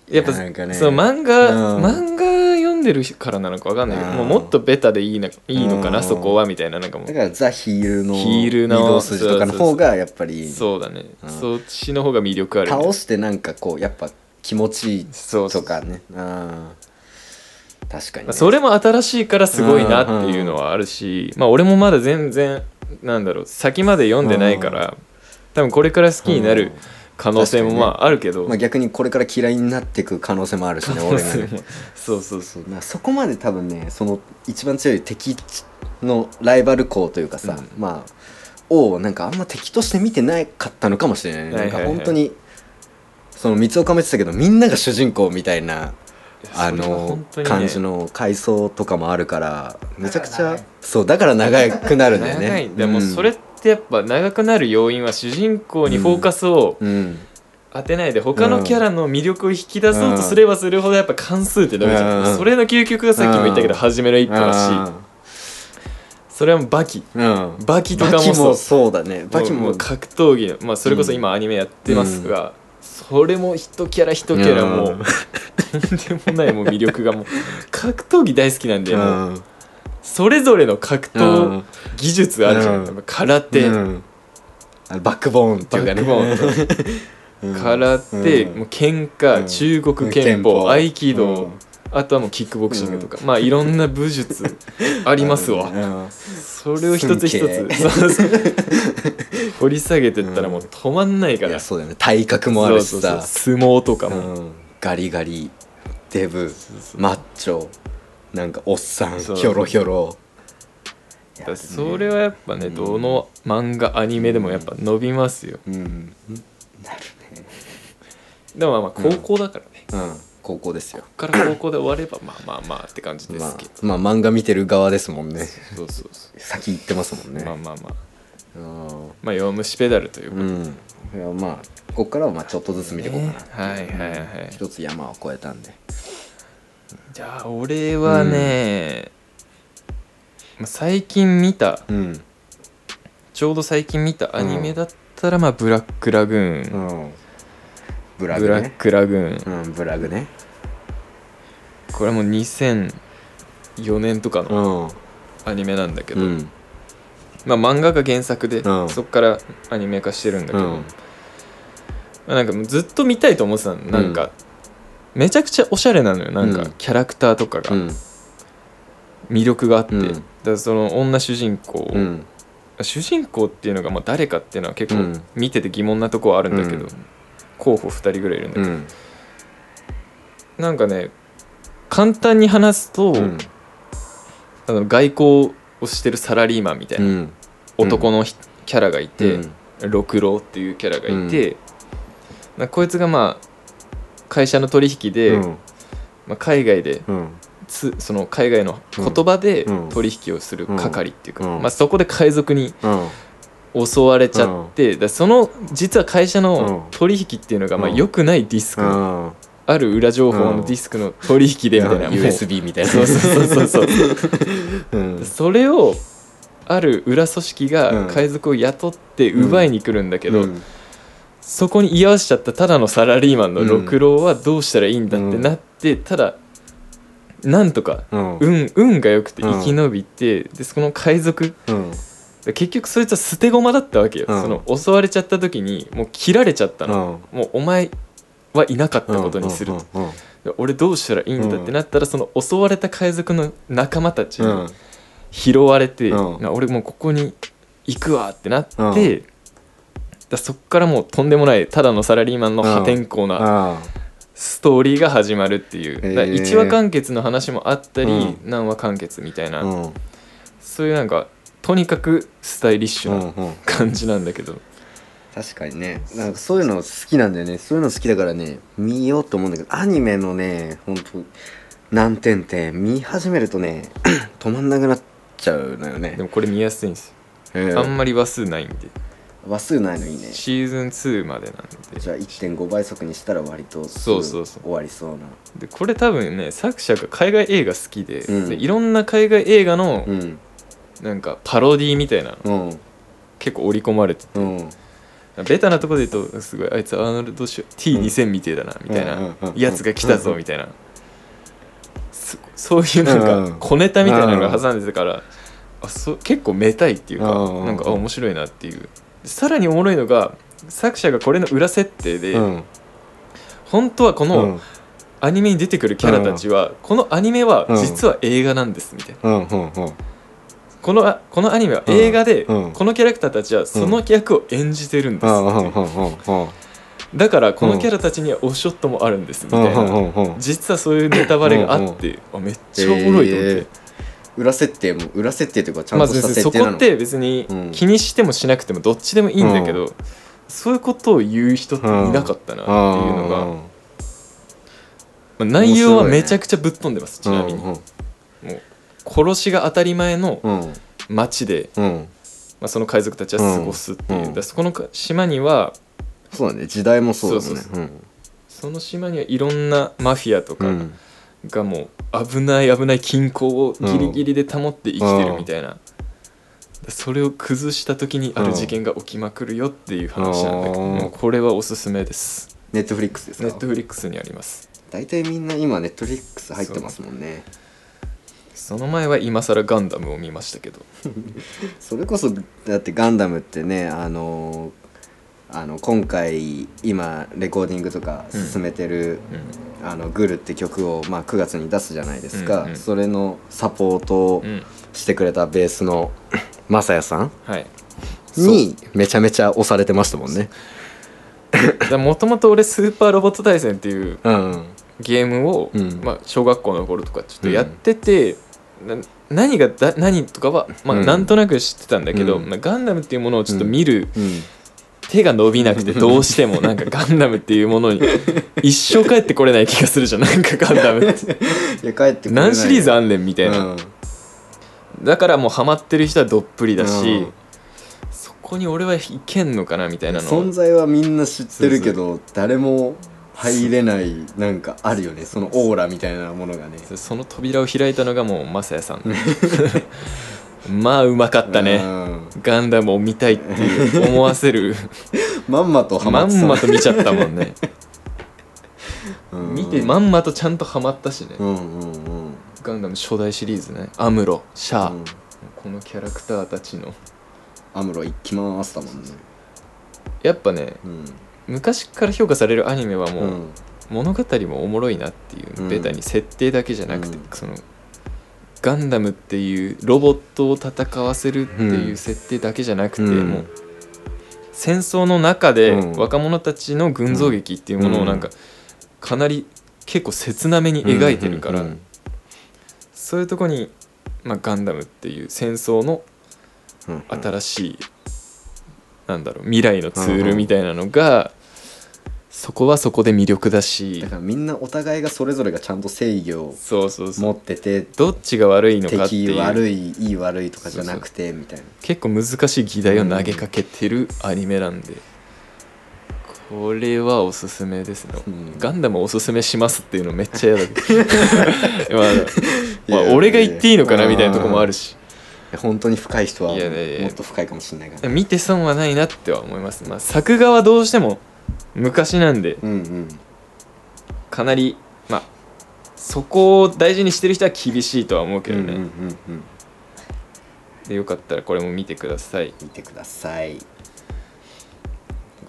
[SPEAKER 1] やっぱ
[SPEAKER 2] なんかね
[SPEAKER 1] その漫画、
[SPEAKER 2] うん
[SPEAKER 1] 漫画読んでるからなのかわかんないけど
[SPEAKER 2] あー
[SPEAKER 1] もうもっとベタでいいないいのか
[SPEAKER 2] う
[SPEAKER 1] なんそこはみたいななんかも
[SPEAKER 2] だからザ・ヒールの
[SPEAKER 1] ヒールの
[SPEAKER 2] 御堂筋とかの方がやっぱり
[SPEAKER 1] うそうだね
[SPEAKER 2] うん
[SPEAKER 1] そっちの方が魅力あるみたい
[SPEAKER 2] 倒
[SPEAKER 1] な
[SPEAKER 2] してなんかこうやっぱ気持ちいい
[SPEAKER 1] そう
[SPEAKER 2] とかねあー確かに、
[SPEAKER 1] まあ
[SPEAKER 2] ね、
[SPEAKER 1] それも新しいからすごいなっていうのはあるし、まあ、俺もまだ全然なんだろう先まで読んでないから多分これから好きになる可能性もまああるけど、
[SPEAKER 2] まあ、逆にこれから嫌いになっていく可能性もあるし ね俺がね
[SPEAKER 1] そうそうそう
[SPEAKER 2] そうなそこまで多分ねその一番強い敵のライバル校というかさ、
[SPEAKER 1] う
[SPEAKER 2] まあをなんかあんま敵として見てなかったのかもしれない,、ね
[SPEAKER 1] はいはいはい
[SPEAKER 2] なんか本当にその三岡も言ってたけどみんなが主人公みたいなあ
[SPEAKER 1] それは
[SPEAKER 2] の
[SPEAKER 1] 本当にね
[SPEAKER 2] 感じの階層とかもあるからめちゃくち
[SPEAKER 3] 長
[SPEAKER 2] ゃ
[SPEAKER 3] い
[SPEAKER 2] そうだから長くなるんだよね
[SPEAKER 1] 長いでも
[SPEAKER 2] うん
[SPEAKER 1] それってやっぱ長くなる要因は主人公にフォーカスを
[SPEAKER 2] うん
[SPEAKER 1] 当てないで他のキャラの魅力を引き出そうとすればするほどやっぱ関数ってダメじゃ
[SPEAKER 2] うんん
[SPEAKER 1] それの究極がさっきも言ったけど
[SPEAKER 2] うん
[SPEAKER 1] 初めの一歩だしそれはもうバキ
[SPEAKER 2] うん
[SPEAKER 1] バキと
[SPEAKER 2] バ
[SPEAKER 1] か
[SPEAKER 2] キ
[SPEAKER 1] もそう
[SPEAKER 2] もそうだねバキ
[SPEAKER 1] も
[SPEAKER 2] も
[SPEAKER 1] う格闘技の、まあ、それこそ今アニメやってますが、それも一キャラ一キャラもう、
[SPEAKER 2] うん
[SPEAKER 1] とんでもないもう魅力がもう格闘技大好きなんで、
[SPEAKER 2] う
[SPEAKER 1] もうんそれぞれの格
[SPEAKER 2] う
[SPEAKER 1] 闘
[SPEAKER 2] ん
[SPEAKER 1] 技術あるじゃん、
[SPEAKER 2] うん
[SPEAKER 1] やっぱ空手、
[SPEAKER 2] うんあのバックボーンって
[SPEAKER 1] バ
[SPEAKER 2] いうか
[SPEAKER 1] ッ
[SPEAKER 2] ね
[SPEAKER 1] クボーンとか空手、
[SPEAKER 2] うん
[SPEAKER 1] もう喧嘩、
[SPEAKER 2] うん
[SPEAKER 1] 中国拳
[SPEAKER 2] うん拳
[SPEAKER 1] 法
[SPEAKER 2] 法
[SPEAKER 1] 合気道、
[SPEAKER 2] うん
[SPEAKER 1] あとはもうキックボクシングとか、まあいろんな武術ありますわ、
[SPEAKER 2] うん
[SPEAKER 1] それを一つ一
[SPEAKER 2] 寸
[SPEAKER 1] つそうそう掘り下げてったらもう止まんないか
[SPEAKER 2] い
[SPEAKER 1] ら、
[SPEAKER 2] やそうだよね体格もあるしさ
[SPEAKER 1] そうそうそう相撲とかも、
[SPEAKER 2] うんガリガリデブマッチョなんかおっさんひ
[SPEAKER 1] そう
[SPEAKER 2] ょろひょろ
[SPEAKER 1] だからそれはやっぱね、どの漫画アニメでもやっぱ伸びますよ
[SPEAKER 2] うんなるね
[SPEAKER 1] でもまあまあ高校だからね、こ
[SPEAKER 2] うん高校ですよ
[SPEAKER 1] っから高校で終わればまあまあまあって感じで
[SPEAKER 2] ますあ
[SPEAKER 1] けど、
[SPEAKER 2] まあ漫画見てる側ですもんね
[SPEAKER 1] そうそうそ
[SPEAKER 2] 先行ってますもん
[SPEAKER 1] う、
[SPEAKER 2] ね
[SPEAKER 1] まあまあまあ
[SPEAKER 2] うん
[SPEAKER 1] まあ弱虫ペダルというか、
[SPEAKER 2] うんいやまあここからはまあちょっとずつ見ていこうかな
[SPEAKER 1] はいはいはい
[SPEAKER 2] 一つ山を越えたんで
[SPEAKER 1] じゃあ俺はね、まあ最近見た
[SPEAKER 2] うん
[SPEAKER 1] ちょうど最近見たアニメだったらまあブラックラグーン、
[SPEAKER 2] うんブラ
[SPEAKER 1] ブ
[SPEAKER 2] グ
[SPEAKER 1] ラッ
[SPEAKER 2] ね
[SPEAKER 1] クラグーン
[SPEAKER 2] うんブラグね
[SPEAKER 1] これはもう2004年とかの
[SPEAKER 2] うん
[SPEAKER 1] アニメなんだけど、
[SPEAKER 2] うん
[SPEAKER 1] まあ、漫画が原作で、
[SPEAKER 2] うん
[SPEAKER 1] そっからアニメ化してるんだけど、まあ、なんかもうずっと見たいと思ってたのなんか、めちゃくちゃおしゃれなのよなん
[SPEAKER 2] う
[SPEAKER 1] か
[SPEAKER 2] ん
[SPEAKER 1] キャラクターとか
[SPEAKER 2] う
[SPEAKER 1] が
[SPEAKER 2] ん
[SPEAKER 1] 魅力があって、
[SPEAKER 2] うん
[SPEAKER 1] だからその女主人公、
[SPEAKER 2] うん
[SPEAKER 1] 主人公っていうのがまあ誰かっていうのは結
[SPEAKER 2] う
[SPEAKER 1] 構
[SPEAKER 2] ん
[SPEAKER 1] 見てて疑問なとこはあるんだけど、
[SPEAKER 2] うん
[SPEAKER 1] 候補2人ぐらいいるんだけ
[SPEAKER 2] う
[SPEAKER 1] ど、
[SPEAKER 2] ん
[SPEAKER 1] なんかね簡単に話すと、
[SPEAKER 2] うん
[SPEAKER 1] あの外交をしてるサラリーマンみたいうなん男のひ、キャラがいて。
[SPEAKER 2] うん
[SPEAKER 1] 六郎っていうキャラがいて、なこいつがまあ会社の取引で、
[SPEAKER 2] うん
[SPEAKER 1] まあ、海外で
[SPEAKER 2] うん
[SPEAKER 1] つその海外の言葉で
[SPEAKER 2] うん
[SPEAKER 1] 取引をする係っていうか、
[SPEAKER 2] うん
[SPEAKER 1] まあ、そこで海賊に
[SPEAKER 2] うん
[SPEAKER 1] 襲われちゃって、だその実は会社の
[SPEAKER 2] うん
[SPEAKER 1] 取引っていうのがまあ
[SPEAKER 2] うん
[SPEAKER 1] 良くないディスク、
[SPEAKER 2] うん
[SPEAKER 1] ある裏情報のディスクの取引でみたいな、もう
[SPEAKER 2] USB みたいな
[SPEAKER 1] そうそうそうそうそう
[SPEAKER 2] う ん
[SPEAKER 1] それをある裏組織が海賊を雇って奪いに来るんだけど、
[SPEAKER 2] うん
[SPEAKER 1] そこに居合わせちゃったただのサラリーマンの六郎はどうしたらいいんだってなって、ただなんとか
[SPEAKER 2] うん
[SPEAKER 1] 運運が良くて
[SPEAKER 2] うん
[SPEAKER 1] 生き延びて、でその海賊
[SPEAKER 2] うん
[SPEAKER 1] 結局そいつは捨て駒だったわけよ、
[SPEAKER 2] うん
[SPEAKER 1] その襲われちゃった時にもう切られちゃった
[SPEAKER 2] う
[SPEAKER 1] の、
[SPEAKER 2] ん
[SPEAKER 1] もうお前はいなかったことにすると、
[SPEAKER 2] うんうん
[SPEAKER 1] で俺どうしたらいいんだってなったら、その襲われた海賊の仲間たち
[SPEAKER 2] うん
[SPEAKER 1] に拾われて、
[SPEAKER 2] うん
[SPEAKER 1] な俺もうここに行くわってなって、
[SPEAKER 2] うん
[SPEAKER 1] だそっからもうとんでもないただのサラリーマンの破天荒な、
[SPEAKER 2] あ
[SPEAKER 1] ストーリーが始まるっていう、
[SPEAKER 2] へー
[SPEAKER 1] だから一話完結の話もあったり、
[SPEAKER 2] うん
[SPEAKER 1] 何話完結みたいな、
[SPEAKER 2] あうん
[SPEAKER 1] そういうなんかとにかくスタイリッシ
[SPEAKER 2] う
[SPEAKER 1] ュなん
[SPEAKER 2] うん
[SPEAKER 1] 感じなんだけど、
[SPEAKER 2] 確かにねなんかそういうの好きなんだよねそういうの好きだからね見ようと思うんだけどアニメのねほんと難点って見始めるとね 止まんなくなっちゃうのよね
[SPEAKER 1] でもこれ見やすいんです
[SPEAKER 2] ええ
[SPEAKER 1] よあんまり話数ないんで
[SPEAKER 2] 話数ないのいいね
[SPEAKER 1] シーズン2までなん
[SPEAKER 2] じ
[SPEAKER 1] で
[SPEAKER 2] ゃあ1.5倍速にしたら割とす
[SPEAKER 1] そう
[SPEAKER 2] ぐ
[SPEAKER 1] そうそう
[SPEAKER 2] 終わりそうな
[SPEAKER 1] でこれ多分ね作者が海外映画好きで,、
[SPEAKER 2] うん
[SPEAKER 1] でいろんな海外映画の
[SPEAKER 2] うん
[SPEAKER 1] なんかパロディみたいなの
[SPEAKER 2] うん
[SPEAKER 1] 結構織り込まれて
[SPEAKER 2] うん
[SPEAKER 1] ベタなとこで言うとすごいあいつアーノルド・シュ T2000 みてえだなみたい
[SPEAKER 2] うんうん
[SPEAKER 1] な
[SPEAKER 2] うんうん
[SPEAKER 1] やつが来た
[SPEAKER 2] う
[SPEAKER 1] ぞ
[SPEAKER 2] ん
[SPEAKER 1] みたいなそそういうなん
[SPEAKER 2] うん
[SPEAKER 1] か小ネタみたいなのが挟んでたからあそ結構めたいっていうか
[SPEAKER 2] うん
[SPEAKER 1] なんかあ面白いなっていうさらにおもろいのが作者がこれの裏設定で、
[SPEAKER 2] うん
[SPEAKER 1] 本当はこ
[SPEAKER 2] う
[SPEAKER 1] の
[SPEAKER 2] ん
[SPEAKER 1] アニメに出てくるキャラたちは、このアニメは実は映画なんですみたいな、
[SPEAKER 2] うんうんうん
[SPEAKER 1] このあこのアニメは映画で、
[SPEAKER 2] うん
[SPEAKER 1] このキャラクターたちはその役を演じてるんです、
[SPEAKER 2] うんうんうんうんうん
[SPEAKER 1] だからこのキャラたちにはオフショットもあるんですみ
[SPEAKER 2] うん
[SPEAKER 1] たいな、
[SPEAKER 2] うんうんうん
[SPEAKER 1] 実はそういうネタバレがあって、あめっちゃおもろいと思って。
[SPEAKER 2] えー裏設定も裏設定というかちゃん
[SPEAKER 1] まあ、
[SPEAKER 2] とした
[SPEAKER 1] 別に
[SPEAKER 2] 設
[SPEAKER 1] そ
[SPEAKER 2] 定
[SPEAKER 1] こ
[SPEAKER 2] なの
[SPEAKER 1] って別に
[SPEAKER 2] うん
[SPEAKER 1] 気にしてもしなくてもどっちでもいいんだけど、そういうことを言う人っていなかったなっていうのが、まあ、内容はめちゃくちゃぶっ飛んでますちなみに、
[SPEAKER 2] うん
[SPEAKER 1] 殺しが当たり前の
[SPEAKER 2] うんうん
[SPEAKER 1] 町で、
[SPEAKER 2] うん
[SPEAKER 1] まあ、その海賊たちは過ごすっていう、
[SPEAKER 2] うん
[SPEAKER 1] だからそこの島には
[SPEAKER 2] そうだね時代もそうだ
[SPEAKER 1] そう
[SPEAKER 2] ね
[SPEAKER 1] そうその島にはいろんなマフィアと
[SPEAKER 2] う
[SPEAKER 1] か
[SPEAKER 2] ん
[SPEAKER 1] がもう危ない危ない均衡をギリギリで保って生きてるみたいな、それを崩した時にある事件が起きまくるよっていう話なんだけど、
[SPEAKER 2] うん
[SPEAKER 1] もうこれはおすすめです
[SPEAKER 2] ネットフリックスです
[SPEAKER 1] ネ
[SPEAKER 2] か
[SPEAKER 1] ットフリックスにあります
[SPEAKER 2] 大体みんな今ネットフリックス入ってますもんね
[SPEAKER 1] その前は今更ガンダムを見ましたけど
[SPEAKER 2] それこそだってガンダムってねあのあの今回今レコーディングとか進めてる
[SPEAKER 1] うん
[SPEAKER 2] 「あのグル」って曲を、まあ、9月に出すじゃないですか、
[SPEAKER 1] うんうん
[SPEAKER 2] それのサポートを
[SPEAKER 1] うん
[SPEAKER 2] してくれたベー スのマサヤさん
[SPEAKER 1] はい
[SPEAKER 2] にめちゃめちゃ押されてましたもんね
[SPEAKER 1] もともと俺スーパーロボット対戦っていう
[SPEAKER 2] うんうん
[SPEAKER 1] ゲームを、
[SPEAKER 2] うん
[SPEAKER 1] まあ、小学校の頃とかちょっとやってて、な何がだ何とかは、まあ、
[SPEAKER 2] うん
[SPEAKER 1] なんとなく知ってたんだけど、
[SPEAKER 2] うん
[SPEAKER 1] まあ、ガンダムっていうものをちょっと見る、
[SPEAKER 2] うん
[SPEAKER 1] 手が伸びなくてどうしてもなんかガンダムっていうものに一生帰ってこれない気がするじゃんなんかガンダムって
[SPEAKER 2] いや帰 ってこれない
[SPEAKER 1] 何シリーズあんねんみたいな、
[SPEAKER 2] うん
[SPEAKER 1] だからもうハマってる人はどっぷりだし、
[SPEAKER 2] うん
[SPEAKER 1] そこに俺はいけんのかなみたいなの
[SPEAKER 2] 存在はみんな知ってるけど誰も入れないなんかあるよねそのオーラみたいなものがね
[SPEAKER 1] その扉を開いたのがもうマサヤさ んまあうまかった
[SPEAKER 2] う
[SPEAKER 1] ね
[SPEAKER 2] ん
[SPEAKER 1] ガンダムを見たいっていう思わせる
[SPEAKER 2] まんまとハ
[SPEAKER 1] ま
[SPEAKER 2] マってた
[SPEAKER 1] ん
[SPEAKER 2] ね
[SPEAKER 1] まと見ちゃったもんね
[SPEAKER 2] うん
[SPEAKER 1] 見てまんまとちゃんとハマったしね、
[SPEAKER 2] うんうんうん
[SPEAKER 1] ガンダム初代シリーズねアムロシャア、
[SPEAKER 2] うん
[SPEAKER 1] このキャラクターたちの
[SPEAKER 2] アムロ行きまーすだもんね
[SPEAKER 1] やっぱね
[SPEAKER 2] うん
[SPEAKER 1] 昔から評価されるアニメはもう、
[SPEAKER 2] うん
[SPEAKER 1] 物語もおもろいなっていう、
[SPEAKER 2] うん
[SPEAKER 1] ベタに設定だけじゃなくて、
[SPEAKER 2] うん
[SPEAKER 1] そのガンダムっていうロボットを戦わせるっていううん設定だけじゃなくて、
[SPEAKER 2] うん
[SPEAKER 1] もう戦争の中で
[SPEAKER 2] うん
[SPEAKER 1] 若者たちの群像劇っていうものをなんかかなり結構切なめに描いてるから、
[SPEAKER 2] うんうん
[SPEAKER 1] そういうとこに、まあ、ガンダムっていう戦争の
[SPEAKER 2] うんうん
[SPEAKER 1] 新しい、なんだろう未来のツールみたいなのが、そこはそこで魅力だし
[SPEAKER 2] だからみんなお互いがそれぞれがちゃんと正義を
[SPEAKER 1] そうそうそう
[SPEAKER 2] 持ってて
[SPEAKER 1] どっちが悪いのかって
[SPEAKER 2] 敵
[SPEAKER 1] いう
[SPEAKER 2] 悪いいい悪いとかじゃなくてみたいな
[SPEAKER 1] 結構難しい議題を投げかけてるアニメなんで、これはおすすめですね、
[SPEAKER 2] うん
[SPEAKER 1] ガンダムおすすめしますっていうのめっちゃ嫌だけど まあまあ
[SPEAKER 2] いや
[SPEAKER 1] 俺が言っていいのかなみたいなとこもあるし
[SPEAKER 2] 本当に深い人はい
[SPEAKER 1] やいやいや
[SPEAKER 2] もっと深いかもしれないから
[SPEAKER 1] 見て損はないなっては思います、まあ、作画はどうしても昔なんで
[SPEAKER 2] うんうん
[SPEAKER 1] かなりまあそこを大事にしてる人は厳しいとは思うけどね、
[SPEAKER 2] うんうんうんうん
[SPEAKER 1] でよかったらこれも見てください
[SPEAKER 2] 見てくださいなんか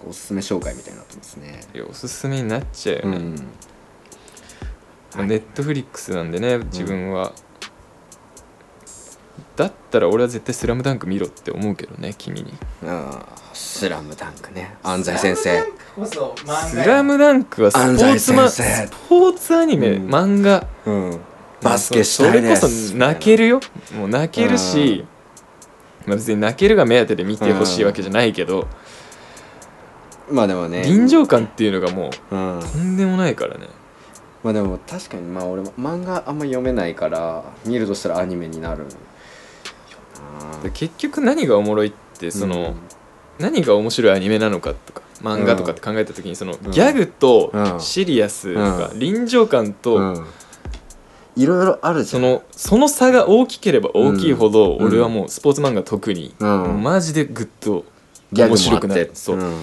[SPEAKER 2] おすすめ紹介みたいになってますね
[SPEAKER 1] いやおすすめになっちゃうよね、
[SPEAKER 2] うん
[SPEAKER 1] まあ、ネットフリックスなんでね自分は、だったら俺は絶対「スラムダンク見ろって思うけどね君に「
[SPEAKER 2] あースラムダンクね安西先生
[SPEAKER 3] こそ漫画や
[SPEAKER 1] スラムダンクはスポーツマン
[SPEAKER 2] 安西先生
[SPEAKER 1] スポーツアニメ、
[SPEAKER 2] うん
[SPEAKER 1] 漫画
[SPEAKER 2] うんバスケしたいです
[SPEAKER 1] それこそ泣けるよもう泣けるし、まあ、別に泣けるが目当てで見てほしいわけじゃないけど、
[SPEAKER 2] まあでもね
[SPEAKER 1] 臨場感っていうのがもう
[SPEAKER 2] うん
[SPEAKER 1] とんでもないからね
[SPEAKER 2] まあでも確かにまあ俺も漫画あんま読めないから見るとしたらアニメになるよな
[SPEAKER 1] で結局何がおもろいってその、何が面白いアニメなのかとか漫画とかって考えた時にその
[SPEAKER 2] ん
[SPEAKER 1] ギャグと
[SPEAKER 2] うん
[SPEAKER 1] シリアスとか
[SPEAKER 2] うん
[SPEAKER 1] 臨場感
[SPEAKER 2] うん
[SPEAKER 1] と
[SPEAKER 2] うんいろいろあるじ
[SPEAKER 1] そ
[SPEAKER 2] ゃん
[SPEAKER 1] のその差が大きければ大きいほど
[SPEAKER 2] うん
[SPEAKER 1] 俺はもうスポーツ漫画特に
[SPEAKER 2] うん
[SPEAKER 1] マジでグッと
[SPEAKER 2] ギャグ
[SPEAKER 1] 面白く
[SPEAKER 2] もあ
[SPEAKER 1] な
[SPEAKER 2] って
[SPEAKER 1] るそう
[SPEAKER 2] うん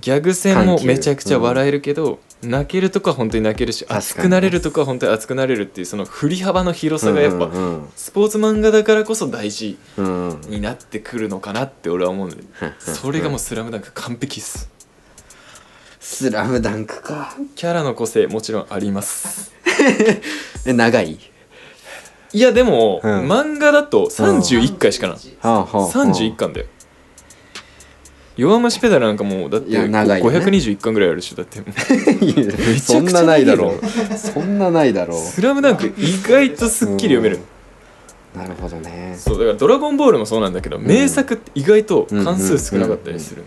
[SPEAKER 1] ギャグ戦
[SPEAKER 2] 緩
[SPEAKER 1] も
[SPEAKER 2] 急
[SPEAKER 1] めちゃくちゃ笑えるけど、泣けるとこは本当に泣けるし
[SPEAKER 2] 確かに
[SPEAKER 1] 熱くなれるとこは本当に熱くなれるっていうその振り幅の広さがやっぱ、
[SPEAKER 2] うん
[SPEAKER 1] スポーツ漫画だからこそ大事
[SPEAKER 2] うんうん
[SPEAKER 1] になってくるのかなって俺は思うのでそれがもう「スラムダンク完璧っす
[SPEAKER 2] スラムダンクか
[SPEAKER 1] キャラの個性もちろんあります
[SPEAKER 2] え長い
[SPEAKER 1] いやでも、
[SPEAKER 2] うん
[SPEAKER 1] 漫画だと31回しかない、
[SPEAKER 2] はあはあはあ
[SPEAKER 1] 31巻だよ弱虫ペダルなんかもうだって
[SPEAKER 2] いや長いよね
[SPEAKER 1] 521巻ぐらいあるでしょだってもう
[SPEAKER 2] いや
[SPEAKER 1] めち
[SPEAKER 2] そ
[SPEAKER 1] ゃ
[SPEAKER 2] ん
[SPEAKER 1] くちゃ
[SPEAKER 2] なないだろうそんなないだろ
[SPEAKER 1] スラムダンク意外とすっきり読める、
[SPEAKER 2] うなるほどね
[SPEAKER 1] そうだから「ドラゴンボール」もそうなんだけど、名作って意外と関数少なかったりする、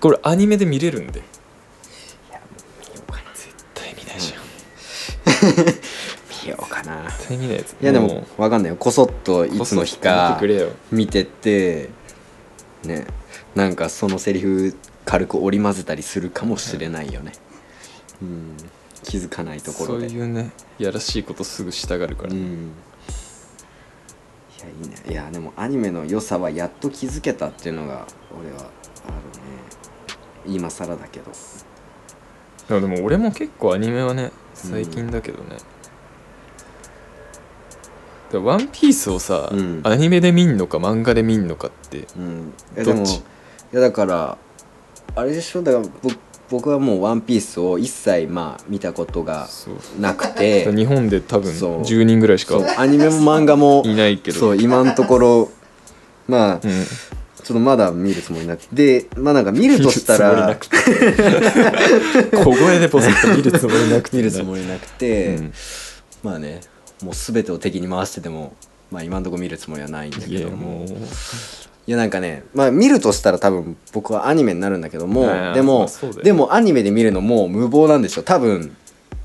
[SPEAKER 1] これアニメで見れるんで絶対見ないじゃん
[SPEAKER 2] 見ようかな
[SPEAKER 1] 絶対見ないやつ
[SPEAKER 2] いやで
[SPEAKER 1] う
[SPEAKER 2] もわかんないよこそっといつの日
[SPEAKER 1] こそっ
[SPEAKER 2] か
[SPEAKER 1] と見てくれよ
[SPEAKER 2] 見ててねなんかそのセリフ軽く織り交ぜたりするかもしれないよね、うん、気づかないとこ
[SPEAKER 1] そ
[SPEAKER 2] ろ
[SPEAKER 1] う
[SPEAKER 2] で
[SPEAKER 1] いうねやらしいことすぐしたがるから、
[SPEAKER 2] うんいやいいねいやでもアニメの良さはやっと気づけたっていうのが俺はあるね今更だけど
[SPEAKER 1] でもでも俺も結構アニメはね最近だけどね、でワンピースをさ、
[SPEAKER 2] うん
[SPEAKER 1] アニメで見んのか漫画で見んのかって
[SPEAKER 2] うんえで
[SPEAKER 1] どっ
[SPEAKER 2] もい
[SPEAKER 1] ち
[SPEAKER 2] やだからあれでしょだから僕僕はもう「ワンピースを一切まあ見たことが
[SPEAKER 1] そう
[SPEAKER 2] なく て
[SPEAKER 1] 日本で多分
[SPEAKER 2] そう
[SPEAKER 1] 10人ぐらいしか
[SPEAKER 2] そうアニメも漫画も
[SPEAKER 1] いないけど
[SPEAKER 2] そう今のところまあ、
[SPEAKER 1] う
[SPEAKER 2] ちょ
[SPEAKER 1] ん
[SPEAKER 2] っとまだ見るつもりなくてでまあなんか見るとしたら
[SPEAKER 1] 見るつもりなくて 小声でポソッと見るつもりなくて
[SPEAKER 2] 見るつもりなくて、
[SPEAKER 1] うん
[SPEAKER 2] まあねもう全てを敵に回しててもまあ今のところ見るつもりはないんだ
[SPEAKER 1] い
[SPEAKER 2] け
[SPEAKER 1] や
[SPEAKER 2] ど
[SPEAKER 1] も
[SPEAKER 2] も
[SPEAKER 1] う
[SPEAKER 2] いやなんかねまあ見るとしたら多分僕はアニメになるんだけど
[SPEAKER 1] い
[SPEAKER 2] も
[SPEAKER 1] やいや
[SPEAKER 2] で
[SPEAKER 1] ま
[SPEAKER 2] も
[SPEAKER 1] あそうだよね
[SPEAKER 2] でもアニメで見るのも無謀なんでしょ多分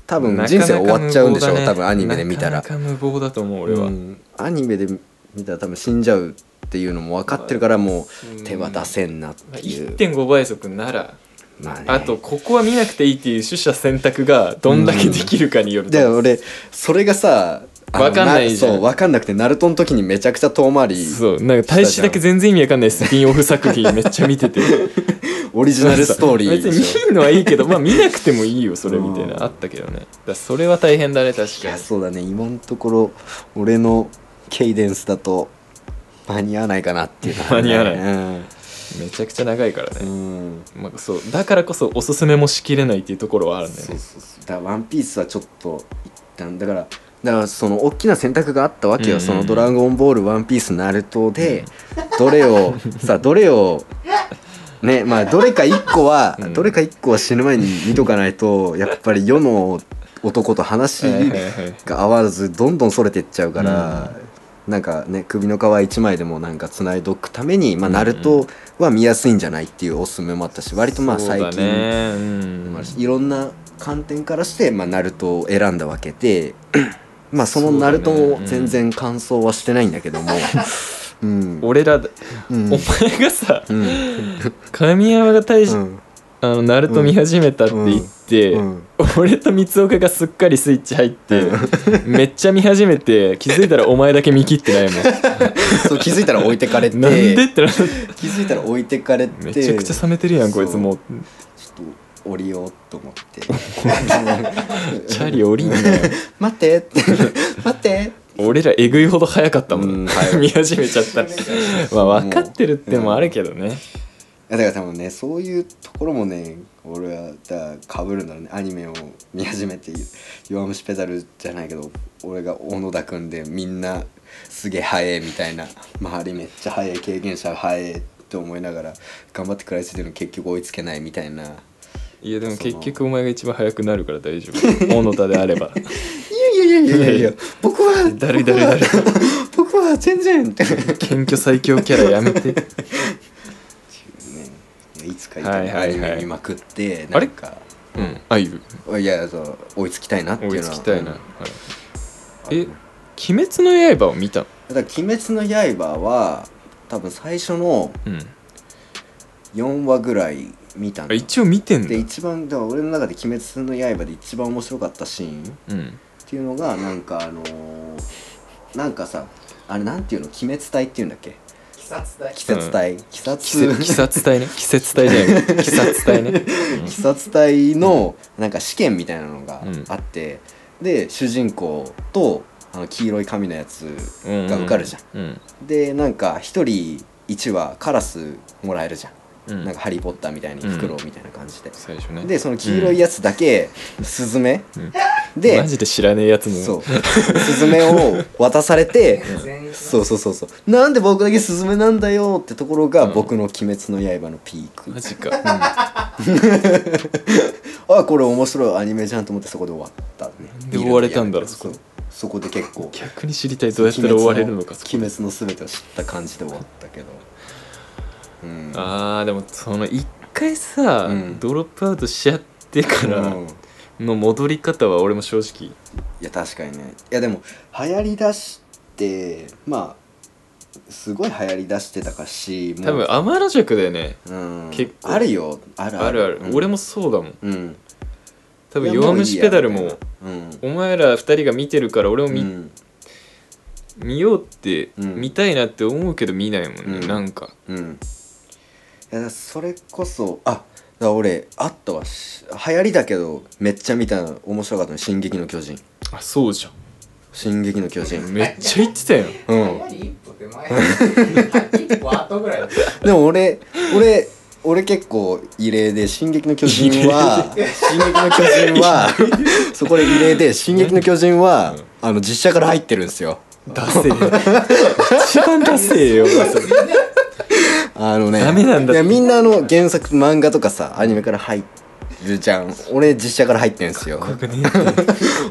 [SPEAKER 2] 多分
[SPEAKER 1] なか
[SPEAKER 2] 人
[SPEAKER 1] なか
[SPEAKER 2] 生終わっちゃうんでしょ
[SPEAKER 1] 無謀だね
[SPEAKER 2] 多分アニメで見たら
[SPEAKER 1] なかなか無謀だと思う俺は、
[SPEAKER 2] うんアニメで見たら多分死んじゃうっていうのも分かってるからもう手は出せんなっていう、
[SPEAKER 1] 1.5倍速なら
[SPEAKER 2] まあね
[SPEAKER 1] あとここは見なくていいっていう取捨選択がどんだけできるかによると
[SPEAKER 2] で俺それがさあの
[SPEAKER 1] わかんないじゃん
[SPEAKER 2] そう分かんなくてナルトの時にめちゃくちゃ遠回り
[SPEAKER 1] そうなんか大使だけ全然意味わかんないスピンオフ作品めっちゃ見て て
[SPEAKER 2] オリジナルストーリー
[SPEAKER 1] 別
[SPEAKER 2] でしょ
[SPEAKER 1] に見んのはいいけどまあ見なくてもいいよそれみたい
[SPEAKER 2] うん
[SPEAKER 1] なあったけどねだからそれは大変だね確
[SPEAKER 2] い
[SPEAKER 1] か
[SPEAKER 2] や
[SPEAKER 1] に
[SPEAKER 2] そうだね今のところ俺のケイデンスだと間に合わないかなっていうのは
[SPEAKER 1] 間
[SPEAKER 2] ね、
[SPEAKER 1] に合わ
[SPEAKER 2] な
[SPEAKER 1] めちゃくちゃ長いから
[SPEAKER 2] う
[SPEAKER 1] ね、
[SPEAKER 2] ん、うん、
[SPEAKER 1] まあ、そうだからこそおすすめもしきれないっていうところはあるんだよ
[SPEAKER 2] そう
[SPEAKER 1] ね
[SPEAKER 2] そうそうだから「ワンピースはちょっと一旦だからだからその大きな選択があったわけよ、
[SPEAKER 1] うんうん
[SPEAKER 2] その「ドラゴンボール」「ワンピース」「ナルトで」どれ をさどれをねまあどれか一個は、
[SPEAKER 1] うん
[SPEAKER 2] どれか一個は死ぬ前に見とかないとやっぱり世の男と話
[SPEAKER 1] はいはいはい
[SPEAKER 2] が合わずどんどんそれてっちゃうから、なんかね首の皮一枚でもなんかつないどくために、まあ、
[SPEAKER 1] うんうん
[SPEAKER 2] ナルトは見やすいんじゃないっていうおすすめもあったし割とまあ最
[SPEAKER 1] そうだ
[SPEAKER 2] 近、
[SPEAKER 1] ねうん
[SPEAKER 2] もあるしいろんな観点からして、まあ、ナルトを選んだわけで まあそのナルトも全然感想はしてないんだけども、 うん、
[SPEAKER 1] 俺ら、
[SPEAKER 2] うん
[SPEAKER 1] お前がさ
[SPEAKER 2] うん
[SPEAKER 1] 神山が大使、
[SPEAKER 2] うん
[SPEAKER 1] あのナルト見始めたって言って、
[SPEAKER 2] うん
[SPEAKER 1] 俺と三岡がすっかりスイッチ入って、めっちゃ見始めて気づいたらお前だけ見切ってないもん
[SPEAKER 2] そう気づいたら置いてかれて
[SPEAKER 1] なんでってなって
[SPEAKER 2] 気づいたら置いてかれて
[SPEAKER 1] めちゃくちゃ冷めてるやんこいつもう
[SPEAKER 2] ちょっと降りようと思って
[SPEAKER 1] チャリ降りんなよ
[SPEAKER 2] 待ってって 待って
[SPEAKER 1] 俺らえぐいほど早かったもん、
[SPEAKER 2] うん早 い
[SPEAKER 1] 見始めちゃったらまあ分かってるってもあるけどね、
[SPEAKER 2] いやだから多分ねそういうところもね俺はだかぶるんだろうねアニメを見始めて「弱虫ペダル」じゃないけど俺が小野田君でみんなすげえ早えみたいな周りめっちゃ早え経験者早えって思いながら頑張って食らいついてるのに結局追いつけないみたいない
[SPEAKER 1] やでも結局お前が一番早くなるから大丈 夫小野田であれば
[SPEAKER 2] いやいやいやいやいや 僕は
[SPEAKER 1] だるいだるいだるい
[SPEAKER 2] 僕は全然って
[SPEAKER 1] 謙虚最強キャラやめて
[SPEAKER 2] いつかいつかアニメ見まくって
[SPEAKER 1] あ
[SPEAKER 2] な
[SPEAKER 1] れ
[SPEAKER 2] んか
[SPEAKER 1] うんあゆ
[SPEAKER 2] いやそう追いつきたいなっていう
[SPEAKER 1] 追
[SPEAKER 2] の
[SPEAKER 1] い
[SPEAKER 2] は
[SPEAKER 1] つきたいな、はいえ
[SPEAKER 2] うん
[SPEAKER 1] 鬼滅の刃を見たの
[SPEAKER 2] だから「鬼滅の刃」は多分最初の
[SPEAKER 1] うん
[SPEAKER 2] 4話ぐらい見たん
[SPEAKER 1] あ
[SPEAKER 2] だ
[SPEAKER 1] 一応見てんだ
[SPEAKER 2] で一番だから俺の中で「鬼滅の刃」で一番面白かったシーンっ
[SPEAKER 1] うん
[SPEAKER 2] ていうのがなんかあのーなんかさあれなんていうの「鬼滅隊」っていうんだっけ
[SPEAKER 3] 殺隊
[SPEAKER 2] 鬼殺隊鬼
[SPEAKER 1] 季節
[SPEAKER 2] 殺
[SPEAKER 1] 季節隊ね季節隊じゃない季節隊ね
[SPEAKER 2] 鬼殺隊のなんか試験みたいなのが
[SPEAKER 1] うん
[SPEAKER 2] あって、で主人公とあの黄色い髪のやつが受かるじゃん、
[SPEAKER 1] んうん
[SPEAKER 2] でなんか一人1話カラスもらえるじゃん、
[SPEAKER 1] うん
[SPEAKER 2] なんか「ハリー・ポッター」みたいにフクロウみたいな感じで、
[SPEAKER 1] 最初ね
[SPEAKER 2] でその黄色いやつだけスズメ、で
[SPEAKER 1] マジで知らねえやつも
[SPEAKER 2] そうスズメを渡されて
[SPEAKER 3] 全員
[SPEAKER 2] そうそうそうそうなんで僕だけスズメなんだよってところが僕の「鬼滅の刃」のピーク、
[SPEAKER 1] マジ か、
[SPEAKER 2] あこれ面白いアニメじゃんと思ってそこで終わったね
[SPEAKER 1] で終われたんだろそこ
[SPEAKER 2] そうそこで結構
[SPEAKER 1] 逆に知りたいどうやったら終われるのかそこ
[SPEAKER 2] 鬼滅の全てを知った感じで終わったけどうん
[SPEAKER 1] あーでもその一回さ、
[SPEAKER 2] うん
[SPEAKER 1] ドロップアウトしちゃってから
[SPEAKER 2] うん
[SPEAKER 1] の戻り方は俺も正直
[SPEAKER 2] いや確かにねいやでも流行りだしてまあすごい流行りだしてたかしもう
[SPEAKER 1] 多分天の弱だよね
[SPEAKER 2] うん、
[SPEAKER 1] 結構
[SPEAKER 2] あるよある
[SPEAKER 1] あるある、
[SPEAKER 2] うん
[SPEAKER 1] 俺もそうだもん
[SPEAKER 2] うん
[SPEAKER 1] 多分
[SPEAKER 2] いや
[SPEAKER 1] 弱虫ペダルも
[SPEAKER 2] ういいやみたい
[SPEAKER 1] お前ら二人が見てるから俺も見,、
[SPEAKER 2] なうん
[SPEAKER 1] 見ようって、
[SPEAKER 2] うん
[SPEAKER 1] 見たいなって思うけど見ないもんね、
[SPEAKER 2] うん
[SPEAKER 1] なんか
[SPEAKER 2] うん、うん、いやそれこそあだから俺あったわし流行りだけどめっちゃ見たの面白かったの「進撃の巨人」
[SPEAKER 1] あそうじゃん
[SPEAKER 2] 「進撃の巨人」
[SPEAKER 1] めっちゃ言ってたよ
[SPEAKER 2] う
[SPEAKER 3] 流
[SPEAKER 2] ん
[SPEAKER 3] 行り一歩手前 一歩後ぐらいだった
[SPEAKER 2] でも俺俺俺結構異例で「進撃の巨人は」進撃の巨人は」そこで異例で「進撃の巨人は」あの実写から入ってるんですよ
[SPEAKER 1] ダセえ一番ダセえよ
[SPEAKER 2] あのね
[SPEAKER 1] ダメなんだ
[SPEAKER 2] いやみんなあの原作漫画とかさアニメから入るじゃん俺実写から入ってるんですよ
[SPEAKER 1] 怖くねえって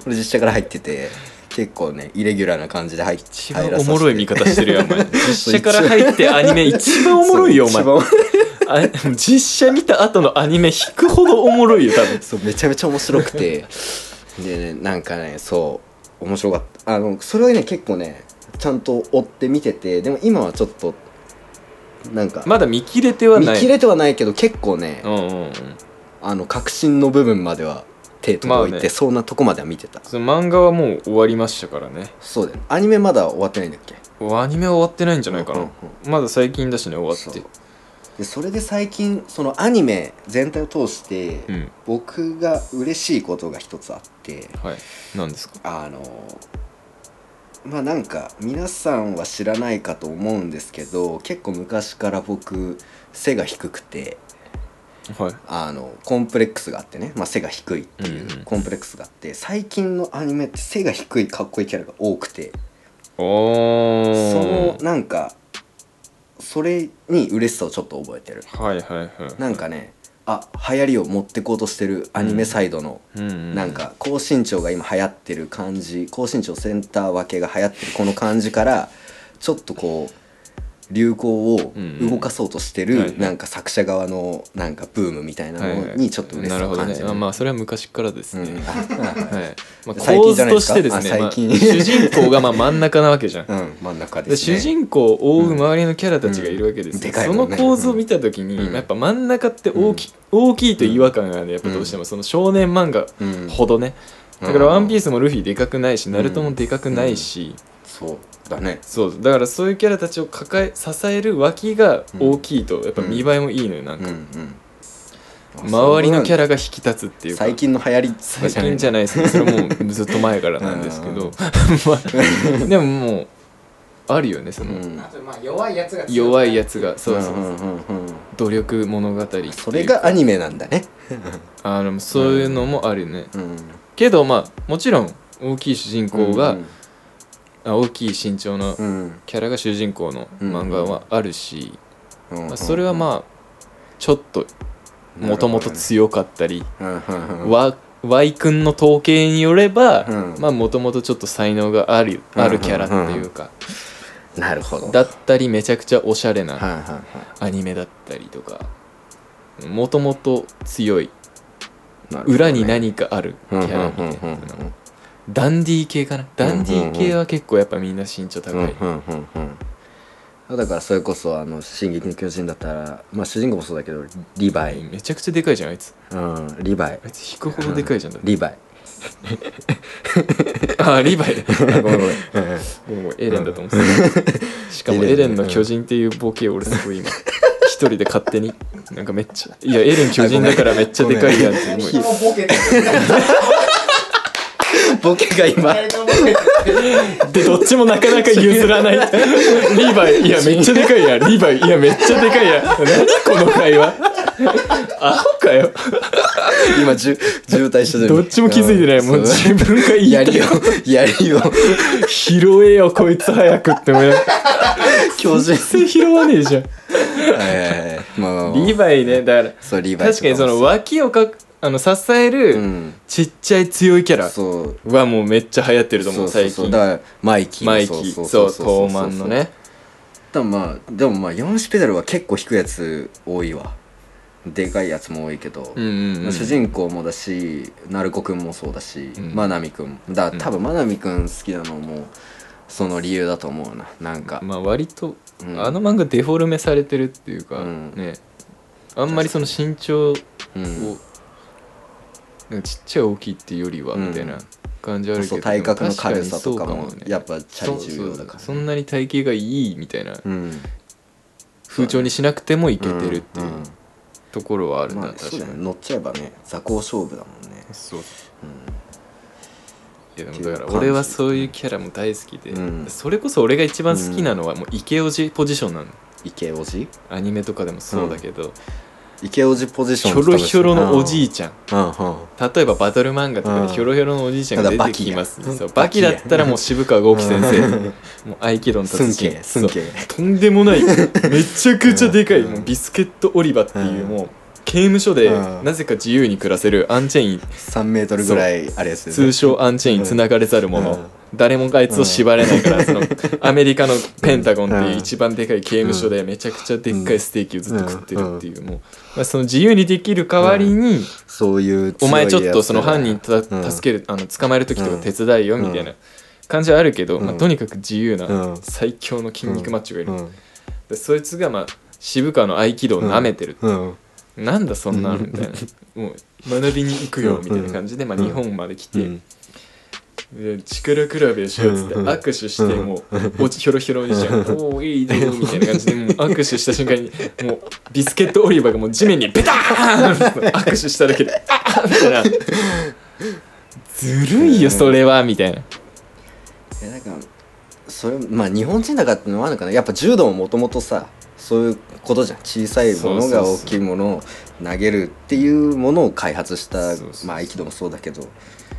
[SPEAKER 2] 俺実写から入ってて結構ねイレギュラーな感じで入っ
[SPEAKER 1] 一
[SPEAKER 2] ち
[SPEAKER 1] 番おもろい見方してるよお前実写から入ってアニメ一番おもろい よお前あ実写見た後のアニメ引くほどおもろいよ多分
[SPEAKER 2] そうめちゃめちゃ面白く てでねなんかねそう面白かったあのそれはね結構ねちゃんと追って見ててでも今はちょっとなんか、
[SPEAKER 1] まだ見切れては
[SPEAKER 2] 見
[SPEAKER 1] ない
[SPEAKER 2] 切れてはないけど結構ね、
[SPEAKER 1] うんうんうん
[SPEAKER 2] あの革新の部分までは手届いて、
[SPEAKER 1] まあね
[SPEAKER 2] そんなとこまでは見てた
[SPEAKER 1] その漫画はもう終わりましたからね
[SPEAKER 2] そうだよねアニメまだ終わってないんだっけ
[SPEAKER 1] アニメは終わってないんじゃないかな、
[SPEAKER 2] うん
[SPEAKER 1] まだ最近だしね終わっ
[SPEAKER 2] そう
[SPEAKER 1] て
[SPEAKER 2] でそれで最近そのアニメ全体を通して、
[SPEAKER 1] うん
[SPEAKER 2] 僕が嬉しいことが一つあって
[SPEAKER 1] はい何ですか
[SPEAKER 2] あのまあなんか皆さんは知らないかと思うんですけど結構昔から僕背が低くて
[SPEAKER 1] はい
[SPEAKER 2] あのコンプレックスがあってね、まあ、背が低いってい
[SPEAKER 1] んうん
[SPEAKER 2] ううコンプレックスがあって、最近のアニメって背が低いかっこいいキャラが多くて
[SPEAKER 1] お
[SPEAKER 2] そ
[SPEAKER 1] ー
[SPEAKER 2] のなんかそれに嬉しさをちょっと覚えてる
[SPEAKER 1] はいはいはい
[SPEAKER 2] なんかねあ流行りを持ってこうとしてるアニメサイドの
[SPEAKER 1] うんうん
[SPEAKER 2] なんか高身長が今流行ってる感じ高身長センター分けが流行ってるこの感じからちょっとこう流行を
[SPEAKER 1] うんうん
[SPEAKER 2] 動かそうとして
[SPEAKER 1] はいはい
[SPEAKER 2] るなんか作者側のなんかブームみたいな
[SPEAKER 1] はいは
[SPEAKER 2] の
[SPEAKER 1] い
[SPEAKER 2] にちょっと嬉し
[SPEAKER 1] なる
[SPEAKER 2] さを
[SPEAKER 1] ほど
[SPEAKER 2] 感
[SPEAKER 1] ね
[SPEAKER 2] じ
[SPEAKER 1] あ
[SPEAKER 2] る。
[SPEAKER 1] まあそれは昔からです
[SPEAKER 2] う
[SPEAKER 1] ね、
[SPEAKER 2] ん
[SPEAKER 1] は いまあ、
[SPEAKER 2] 最
[SPEAKER 1] 構
[SPEAKER 2] 近じ
[SPEAKER 1] 図
[SPEAKER 2] ゃないで
[SPEAKER 1] とし
[SPEAKER 2] すか
[SPEAKER 1] てですね
[SPEAKER 2] あ
[SPEAKER 1] まあ
[SPEAKER 2] 最近
[SPEAKER 1] 主人公がまあ真ん中なわけじゃん、
[SPEAKER 2] うん真ん中
[SPEAKER 1] で
[SPEAKER 2] です
[SPEAKER 1] 主
[SPEAKER 2] ね。
[SPEAKER 1] 人公を覆う周りのキャラたちがいるわけですよ、
[SPEAKER 2] うんでかい
[SPEAKER 1] そ
[SPEAKER 2] も
[SPEAKER 1] の
[SPEAKER 2] んね
[SPEAKER 1] 構図を見た時に、
[SPEAKER 2] うん
[SPEAKER 1] やっぱ真ん中って大き,、大きいと違和感がねやっぱどうしてもその少年漫画
[SPEAKER 2] うん
[SPEAKER 1] ほどね、
[SPEAKER 2] うん
[SPEAKER 1] だから「ワンピースもルフィでかくないし、ナルトもでかくないし、
[SPEAKER 2] そうだね。
[SPEAKER 1] そうだからそういうキャラたちを抱え支える脇が大きいとやっぱ見栄えもいいのよなん
[SPEAKER 2] うんう
[SPEAKER 1] か、
[SPEAKER 2] ん。
[SPEAKER 1] 周りのキャ
[SPEAKER 2] ラ
[SPEAKER 1] ラが引き立つっていうか
[SPEAKER 2] 最近の流行り
[SPEAKER 1] 最近じゃないですねそれもうずっと前からなんですけどま あでももうあるよねその、
[SPEAKER 2] うん
[SPEAKER 3] あとまあ弱いやつが強くなる
[SPEAKER 1] 弱いやつがそうそうそう、
[SPEAKER 2] んうんうんうん
[SPEAKER 1] 努力物語っていうか
[SPEAKER 2] それがアニメなんだね。
[SPEAKER 1] あのそういうのもあるよね、
[SPEAKER 2] うん。
[SPEAKER 1] けどまあもちろん大きい主人公が、
[SPEAKER 2] うん
[SPEAKER 1] あ大きい身長の
[SPEAKER 2] うん
[SPEAKER 1] キャラが主人公の漫画はあるし、
[SPEAKER 2] うんうん
[SPEAKER 1] まあ、それはまあちょっともともと強かったり、
[SPEAKER 2] うんうんうん
[SPEAKER 1] わ Y 君の統計によれば
[SPEAKER 2] うん
[SPEAKER 1] もともとちょっと才能があるあるキャラっていうか、
[SPEAKER 2] なるほど
[SPEAKER 1] だったりめちゃくちゃおしゃれな
[SPEAKER 2] はいはいは
[SPEAKER 1] アニメだったりとかもともと強い
[SPEAKER 2] いなるほどね
[SPEAKER 1] 裏に何かあるキ
[SPEAKER 2] うんうん
[SPEAKER 1] ャラ
[SPEAKER 2] うん
[SPEAKER 1] みたいな
[SPEAKER 2] うん
[SPEAKER 1] ダンディー系かなダンディー系は結構やっぱみんな身長
[SPEAKER 2] うん
[SPEAKER 1] 高い、
[SPEAKER 2] うんうんうんだからそれこそ「あの進撃の巨人」だったらまあ主人公もそうだけどリヴァイ、
[SPEAKER 1] めちゃくちゃでかいじゃんあいつ
[SPEAKER 2] うん、リヴァイ
[SPEAKER 1] あいつ引くほどでかいじゃんだって
[SPEAKER 2] リヴァイ
[SPEAKER 1] あリヴァイだあごめんごめん
[SPEAKER 2] うん
[SPEAKER 1] ごめんごめんエレンだと思ってた しかもエレンの巨人っていうボケを俺すごい今一人で勝手になんかめっちゃいやエレン巨人だからめっちゃでかいやんって思
[SPEAKER 3] 人
[SPEAKER 1] い
[SPEAKER 3] もボケてる。
[SPEAKER 2] ボケが今
[SPEAKER 3] 誰もボケてる。
[SPEAKER 1] でどっちもなかな か譲らないリヴァイいやめっちゃでかいやリヴァイいやめっちゃでかいや何この会 話アホかよ
[SPEAKER 2] 今じゅ渋滞してる
[SPEAKER 1] どっちも気づいてないもう
[SPEAKER 2] そう
[SPEAKER 1] 自分が言いたい
[SPEAKER 2] 槍を槍を
[SPEAKER 1] 拾えよこいつ早くって思いなが ら
[SPEAKER 2] 強靭
[SPEAKER 1] 全然拾わねえじゃん
[SPEAKER 2] はいはいはいまあまあまあ
[SPEAKER 1] リヴァイねだから
[SPEAKER 2] そうリヴァイ
[SPEAKER 1] 確かにその脇をかくあの支え
[SPEAKER 2] う
[SPEAKER 1] る
[SPEAKER 2] ん
[SPEAKER 1] ちっちゃい強いキャラ
[SPEAKER 2] そう
[SPEAKER 1] はもうめっちゃ流行ってると
[SPEAKER 2] そ
[SPEAKER 1] 思
[SPEAKER 2] う
[SPEAKER 1] う
[SPEAKER 2] そう
[SPEAKER 1] 最
[SPEAKER 2] そう
[SPEAKER 1] 近
[SPEAKER 2] だからマイキー
[SPEAKER 1] マイキーそうトーマンのね
[SPEAKER 2] だまあでもまあ4種ペダルは結構引くやつ多いわでかいやつも多いけど、
[SPEAKER 1] うんうんう
[SPEAKER 2] まあ
[SPEAKER 1] ん
[SPEAKER 2] 主人公もだし鳴子くんもそうだし、
[SPEAKER 1] うん
[SPEAKER 2] まなみくんもだから多
[SPEAKER 1] う
[SPEAKER 2] 分まなみくん好きなのもその理由だと思うななんか、
[SPEAKER 1] まあ割と
[SPEAKER 2] うん
[SPEAKER 1] あの漫画デフォルメされてるっていうか
[SPEAKER 2] うん
[SPEAKER 1] ねあんまりその身長を
[SPEAKER 2] うん
[SPEAKER 1] なんかちっちゃい大きいっていうよりは
[SPEAKER 2] うん
[SPEAKER 1] みたいな感じあるけ
[SPEAKER 2] そ
[SPEAKER 1] ど
[SPEAKER 2] う体格の
[SPEAKER 1] でも確
[SPEAKER 2] 軽
[SPEAKER 1] に
[SPEAKER 2] さ
[SPEAKER 1] そ
[SPEAKER 2] と
[SPEAKER 1] う
[SPEAKER 2] かも
[SPEAKER 1] ね
[SPEAKER 2] やっぱチャリ重要だ
[SPEAKER 1] そうそ
[SPEAKER 2] から
[SPEAKER 1] うそんなに体型がいいみたいな
[SPEAKER 2] うん
[SPEAKER 1] 風潮にしなくてもいけてるってい
[SPEAKER 2] ん
[SPEAKER 1] うところはある
[SPEAKER 2] ん
[SPEAKER 1] な
[SPEAKER 2] まあ
[SPEAKER 1] 確
[SPEAKER 2] そう
[SPEAKER 1] か
[SPEAKER 2] だね
[SPEAKER 1] に
[SPEAKER 2] 乗っちゃえばね座高勝負だもんね
[SPEAKER 1] そう
[SPEAKER 2] う
[SPEAKER 1] いやでもだから俺はそういうキャラも大好きで、
[SPEAKER 2] うん
[SPEAKER 1] それこそ俺が一番好きなのはもうイケオジポジションなの
[SPEAKER 2] んイケオジ
[SPEAKER 1] アニメとかでもそうだけど、
[SPEAKER 2] イケオジポジシ
[SPEAKER 1] ひ
[SPEAKER 2] ョン
[SPEAKER 1] ょろひょろのおじ
[SPEAKER 2] い
[SPEAKER 1] いちゃん
[SPEAKER 2] うんうん
[SPEAKER 1] 例えばバトル漫画とか
[SPEAKER 2] うん
[SPEAKER 1] でひょろひょろのおじいちゃんが出てきます、
[SPEAKER 2] ただバキが
[SPEAKER 1] そうバキだったらもう渋川豪樹先生、もう合気道の
[SPEAKER 2] す
[SPEAKER 1] 達
[SPEAKER 2] んけ
[SPEAKER 1] 人
[SPEAKER 2] すんけ
[SPEAKER 1] そうとんでもないめちゃくちゃでかい、
[SPEAKER 2] うん
[SPEAKER 1] もうビスケットオリバっていう、
[SPEAKER 2] うん
[SPEAKER 1] もう刑務所で
[SPEAKER 2] うん
[SPEAKER 1] なぜか自由に暮らせるアンチェイン
[SPEAKER 2] 3メートルぐらいあれですよね
[SPEAKER 1] 通称アンチェインつながれざる者、
[SPEAKER 2] うん
[SPEAKER 1] 誰もがあいつを縛れないから、そのアメリカのペンタゴンっていううん一番でかい刑務所でめちゃくちゃでっかいステーキをずっと食ってるっていう、もう、まあ、その自由にできる代わりに、
[SPEAKER 2] そういう強
[SPEAKER 1] お
[SPEAKER 2] い
[SPEAKER 1] 前
[SPEAKER 2] やつ
[SPEAKER 1] ちょっとその犯人た
[SPEAKER 2] うん
[SPEAKER 1] 助ける、あの捕まえる時とか手伝いよみたいな感じはあるけど、
[SPEAKER 2] うん
[SPEAKER 1] まあ、とにかく自由な
[SPEAKER 2] うん
[SPEAKER 1] 最強の筋肉マッチョがいる、
[SPEAKER 2] うん
[SPEAKER 1] でそいつがまあ渋川の合気道を舐めてる、
[SPEAKER 2] うん
[SPEAKER 1] なんだそんなのみたいなもう学びに行くよみたいな感じで、まあ、
[SPEAKER 2] うん
[SPEAKER 1] 日本まで来
[SPEAKER 2] う
[SPEAKER 1] て、
[SPEAKER 2] ん
[SPEAKER 1] で力比べをしようっつって
[SPEAKER 2] うんうん
[SPEAKER 1] 握手してもうおちひょろひょろにしちゃうおおいいねみたいな感じでもう握手した瞬間にもうビスケットオリバーがもう地面にベターンって握手しただけで 「あーみたいなずるいよそれはみたいな
[SPEAKER 2] えなんかそれまあ日本人だからってのもあるのかなやっぱ柔道ももともとさそういうことじゃん小さいものが
[SPEAKER 1] そうそう
[SPEAKER 2] 大
[SPEAKER 1] そう
[SPEAKER 2] きいものを投げるっていうものを開発した
[SPEAKER 1] そうそうそう
[SPEAKER 2] まあ合気道もそうだけどだか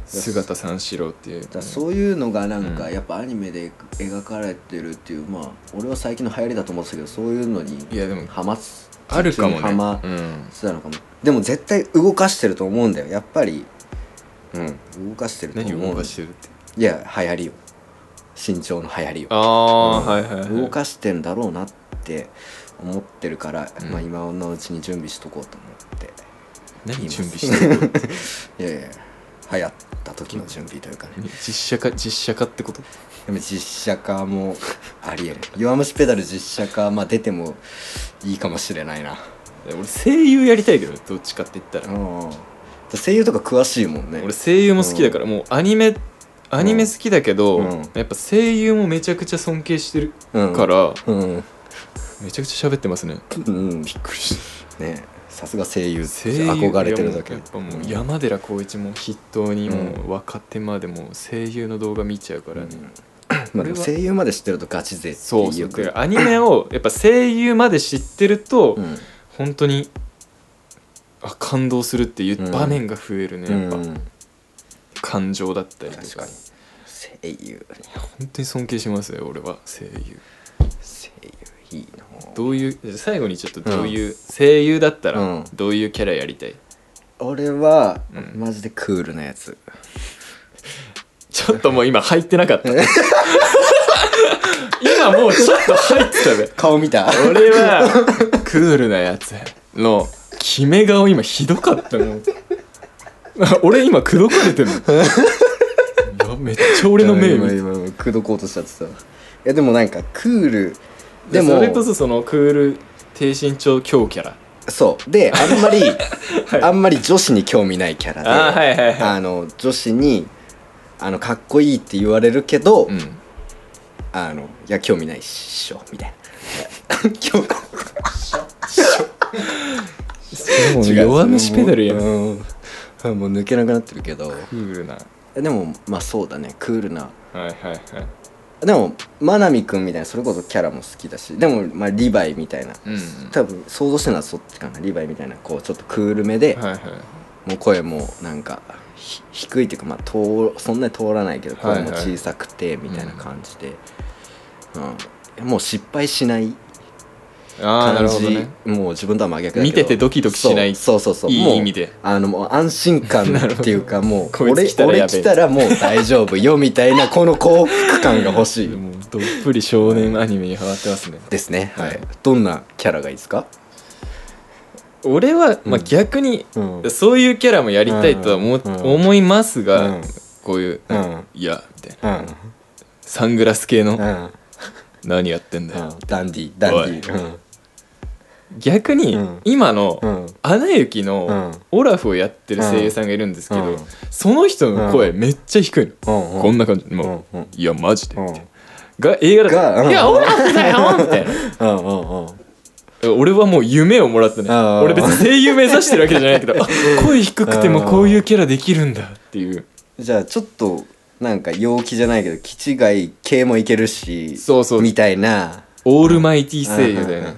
[SPEAKER 1] 姿三四郎っていう
[SPEAKER 2] らそういうのがなん
[SPEAKER 1] う
[SPEAKER 2] か
[SPEAKER 1] ん
[SPEAKER 2] やっぱアニメで描かれてるっていうまあ俺は最近の流行りだと思ってたけどそういうのに
[SPEAKER 1] いやでも
[SPEAKER 2] ハマす
[SPEAKER 1] あるかも
[SPEAKER 2] ハマ
[SPEAKER 1] ね、うん、
[SPEAKER 2] そうなのかもでも絶対動かしてると思うんだよやっぱりうん動かしてると思
[SPEAKER 1] 何
[SPEAKER 2] う
[SPEAKER 1] を動かしてるって
[SPEAKER 2] いや流行りを身長の流行りを
[SPEAKER 1] ああ、
[SPEAKER 2] うん
[SPEAKER 1] はいはい、はい、
[SPEAKER 2] 動かしてんだろうなって思ってるから、
[SPEAKER 1] うん
[SPEAKER 2] まあ今のうちに準備しとこうと思って
[SPEAKER 1] 何準備してる
[SPEAKER 2] いやいや流行った時の準備というかね
[SPEAKER 1] 実写化実写化ってこと
[SPEAKER 2] でも実写化もありえる「弱虫ペダル」実写化まあ出てもいいかもしれないな
[SPEAKER 1] 俺声優やりたいけどどっちかって言ったら
[SPEAKER 2] うん声優とか詳しいもんね
[SPEAKER 1] 俺声優も好きだから、もうアニメアニメ好きだけど、
[SPEAKER 2] うん
[SPEAKER 1] やっぱ声優もめちゃくちゃ尊敬してる
[SPEAKER 2] うん
[SPEAKER 1] から、
[SPEAKER 2] うん
[SPEAKER 1] めちゃくちゃ喋ってますね
[SPEAKER 2] うん
[SPEAKER 1] びっくりした
[SPEAKER 2] ねさすが声優
[SPEAKER 1] 声優
[SPEAKER 2] 憧れてるだ
[SPEAKER 1] い
[SPEAKER 2] け
[SPEAKER 1] やもうやっぱもう山寺宏一も筆頭にもう若手までもう声優の動画見ちゃうからね、
[SPEAKER 2] まあでも声優まで知ってるとガチ勢って
[SPEAKER 1] そうそ
[SPEAKER 2] よ
[SPEAKER 1] う
[SPEAKER 2] く
[SPEAKER 1] だからアニメをやっぱ声優まで知ってると、
[SPEAKER 2] うん
[SPEAKER 1] 本当にあ感動するっていう場面が増えるね、やっぱ、
[SPEAKER 2] うん
[SPEAKER 1] 感情だったりとか
[SPEAKER 2] 確かに声優
[SPEAKER 1] 本当に尊敬しますよ俺は声優
[SPEAKER 2] 声優いいな
[SPEAKER 1] どういう最後にちょっとどういう、声優だった
[SPEAKER 2] うん
[SPEAKER 1] らどういうキャラやりたい、
[SPEAKER 2] 俺は、
[SPEAKER 1] うん
[SPEAKER 2] マジでクールなやつ
[SPEAKER 1] ちょっともう今入ってな かった今もうちょっと入ってたべ
[SPEAKER 2] 顔見た
[SPEAKER 1] 俺はクールなやつの決め顔今ひどかったの俺今口説かれてるのいやめっちゃ 俺の目見
[SPEAKER 2] 今
[SPEAKER 1] て
[SPEAKER 2] 今今口説こうとしちゃってたいやでもなんかクールで
[SPEAKER 1] で
[SPEAKER 2] も
[SPEAKER 1] もそれこそそのクール低身長強キャラ
[SPEAKER 2] そうであんまり、
[SPEAKER 1] はい
[SPEAKER 2] あんまり女子に興味ないキャラで
[SPEAKER 1] あーはいは いはい
[SPEAKER 2] あの女子にあのかっこいいって言われるけど、
[SPEAKER 1] うん
[SPEAKER 2] あのいや興味ないっしょみたいな 今日
[SPEAKER 1] もう弱虫ペダルやん
[SPEAKER 2] う
[SPEAKER 1] ク
[SPEAKER 2] んあもう抜けなくなってるけど
[SPEAKER 1] ールなは
[SPEAKER 2] でもまあそうだねクールない
[SPEAKER 1] はいはい
[SPEAKER 2] でも真波くんみたいなそれこそキャラも好きだしでもまあリヴァイみたいな
[SPEAKER 1] うんうん
[SPEAKER 2] 多分想像してるのはそっちかなリヴァイみたいなこうちょっとクールめで、
[SPEAKER 1] はいはい
[SPEAKER 2] もう声もなんかひ低いっていうかまあ通そんなに通らないけど
[SPEAKER 1] はい
[SPEAKER 2] 声
[SPEAKER 1] はい
[SPEAKER 2] も小さくてみたいな感じで、うんもう失敗しない
[SPEAKER 1] ああなる
[SPEAKER 2] 感
[SPEAKER 1] ほど
[SPEAKER 2] じ、
[SPEAKER 1] ね
[SPEAKER 2] もう自分とは真逆だけど
[SPEAKER 1] 見ててドキドキしない
[SPEAKER 2] そうそうそうそう
[SPEAKER 1] いい
[SPEAKER 2] もう
[SPEAKER 1] 意味で
[SPEAKER 2] あのもう安心感ってい うかもう
[SPEAKER 1] こいつ
[SPEAKER 2] 俺
[SPEAKER 1] 来たら
[SPEAKER 2] 俺
[SPEAKER 1] やべえ
[SPEAKER 2] 来たらもう大丈夫よみたいなこの幸福感が欲しい
[SPEAKER 1] もうどっぷり少年アニメにハマってますね
[SPEAKER 2] ですねはい、
[SPEAKER 1] はい
[SPEAKER 2] どんなキャラがいいですか
[SPEAKER 1] 俺は、まあ、
[SPEAKER 2] うん
[SPEAKER 1] 逆に、
[SPEAKER 2] うん
[SPEAKER 1] そういうキャラもやりたいとは思,、
[SPEAKER 2] うん
[SPEAKER 1] 思いますが、
[SPEAKER 2] うん
[SPEAKER 1] こういう、
[SPEAKER 2] うん
[SPEAKER 1] いやみたいな
[SPEAKER 2] うん
[SPEAKER 1] サングラス系の、
[SPEAKER 2] うん、うん、
[SPEAKER 1] 何やってんだよ、
[SPEAKER 2] ダンディダンディ
[SPEAKER 1] 逆に、
[SPEAKER 2] うん
[SPEAKER 1] 今の、
[SPEAKER 2] うんうん
[SPEAKER 1] アナ雪
[SPEAKER 2] う
[SPEAKER 1] の
[SPEAKER 2] ん
[SPEAKER 1] オラフをやってる声優さんがいるんですけど、
[SPEAKER 2] うん
[SPEAKER 1] その人の声めっちゃ低いの、
[SPEAKER 2] うん
[SPEAKER 1] こんな感じもう、
[SPEAKER 2] うんうん
[SPEAKER 1] いやマジで、
[SPEAKER 2] うん
[SPEAKER 1] が映画 だ
[SPEAKER 2] がう
[SPEAKER 1] と「
[SPEAKER 2] ん
[SPEAKER 1] いやオラフだよ!」みたいな
[SPEAKER 2] うんうんうん
[SPEAKER 1] 俺はもう夢をもらったね
[SPEAKER 2] あー
[SPEAKER 1] 俺別に声優目指してるわけじゃないけ どあ声低くてもこういうキャラできるんだっていう
[SPEAKER 2] じゃあちょっとなんか陽気じゃないけど気違い系もいけるし
[SPEAKER 1] そうそう
[SPEAKER 2] みたいな
[SPEAKER 1] オールマイティー声優だよね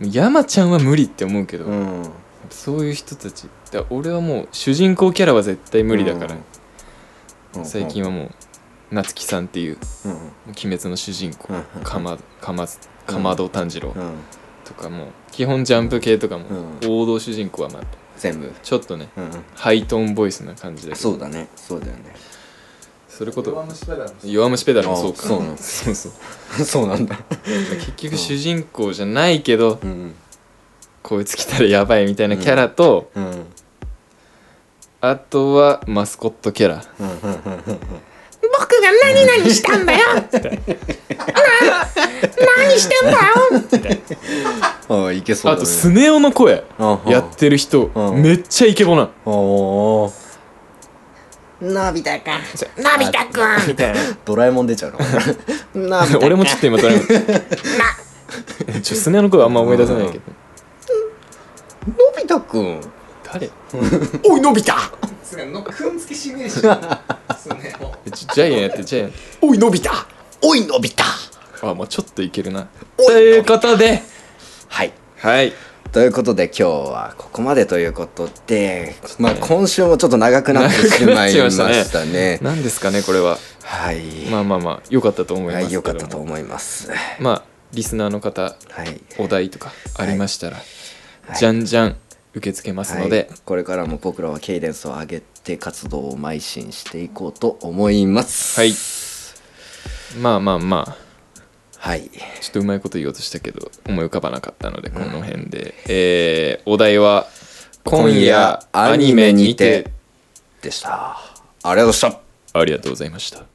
[SPEAKER 1] 山ちゃんは無理って思うけど、
[SPEAKER 2] うんうんうんうん
[SPEAKER 1] そういう人たちだ俺はもう主人公キャラは絶対無理だから、
[SPEAKER 2] うん
[SPEAKER 1] 最近はもう夏木さんっていう
[SPEAKER 2] うんうん
[SPEAKER 1] 「鬼滅」の主人公
[SPEAKER 2] うんうん
[SPEAKER 1] かまかまずかまど炭治郎
[SPEAKER 2] うん
[SPEAKER 1] とかも基本ジャンプ系とかも
[SPEAKER 2] う
[SPEAKER 1] 王道主人公はまあ
[SPEAKER 2] 全部
[SPEAKER 1] ちょっとね
[SPEAKER 2] うんうん
[SPEAKER 1] ハイトーンボイスな感じだけど
[SPEAKER 2] そうだねそうだよね
[SPEAKER 1] それこ
[SPEAKER 3] 弱
[SPEAKER 1] そ
[SPEAKER 3] 虫ペダルの
[SPEAKER 1] 弱虫ペダルもそうか
[SPEAKER 2] あそうなんだ
[SPEAKER 1] そうそう
[SPEAKER 2] そうなんだ
[SPEAKER 1] 結 局主人公じゃないけど、
[SPEAKER 2] うん
[SPEAKER 1] こいつ来たらやばいみたいなキャラと、
[SPEAKER 2] うんうん
[SPEAKER 1] あとはマスコットキャラ
[SPEAKER 2] うんうん
[SPEAKER 4] 僕が何々したんだよ何してんだよ
[SPEAKER 2] ああいけそう
[SPEAKER 1] あ
[SPEAKER 2] だ
[SPEAKER 1] と
[SPEAKER 2] ね
[SPEAKER 1] スネ夫の声
[SPEAKER 2] ああ
[SPEAKER 1] やってる人
[SPEAKER 2] うん
[SPEAKER 1] めっちゃイケボな
[SPEAKER 2] ああ
[SPEAKER 4] のび太くんのび太くん
[SPEAKER 1] みたいな
[SPEAKER 2] ドラえもん出ちゃうのな
[SPEAKER 1] 俺もちょっと今ドラえもん ちょスネ夫の声あんま思い出せないけど
[SPEAKER 2] のび太くん
[SPEAKER 1] 誰ち
[SPEAKER 2] おいのび太
[SPEAKER 3] つうかのくんつけしねえしそう ねもう
[SPEAKER 1] ジャイアンやってジャイアン
[SPEAKER 2] おいのび太おいのび太
[SPEAKER 1] あまあちょっといけるな
[SPEAKER 2] おい
[SPEAKER 1] ということで
[SPEAKER 2] はい
[SPEAKER 1] はい
[SPEAKER 2] ということで今日はここまでということで、まあ今週もちょっと長くなってしまいましたね。
[SPEAKER 1] 何ですかねこれは
[SPEAKER 2] はい。
[SPEAKER 1] まあまあまあ良かったと思いま
[SPEAKER 2] は
[SPEAKER 1] すけ
[SPEAKER 2] い、
[SPEAKER 1] ど
[SPEAKER 2] 良
[SPEAKER 1] も
[SPEAKER 2] かったと思います。は
[SPEAKER 1] まあリスナーの方
[SPEAKER 2] い。
[SPEAKER 1] お題とかありましたら、
[SPEAKER 2] はい
[SPEAKER 1] じゃんじゃん受け付けますので、
[SPEAKER 2] はい、これからも僕らはケイデンスを上げて活動を邁進していこうと思います。
[SPEAKER 1] はいまあまあまあ
[SPEAKER 2] はい。
[SPEAKER 1] ちょっとうまいこと言おうとしたけど思い浮かばなかったのでこの辺で、えーお題は「今
[SPEAKER 2] 今
[SPEAKER 1] 夜
[SPEAKER 2] 夜
[SPEAKER 1] アニメにて
[SPEAKER 2] でした。ありがとうございました。」
[SPEAKER 1] ありがとうございました。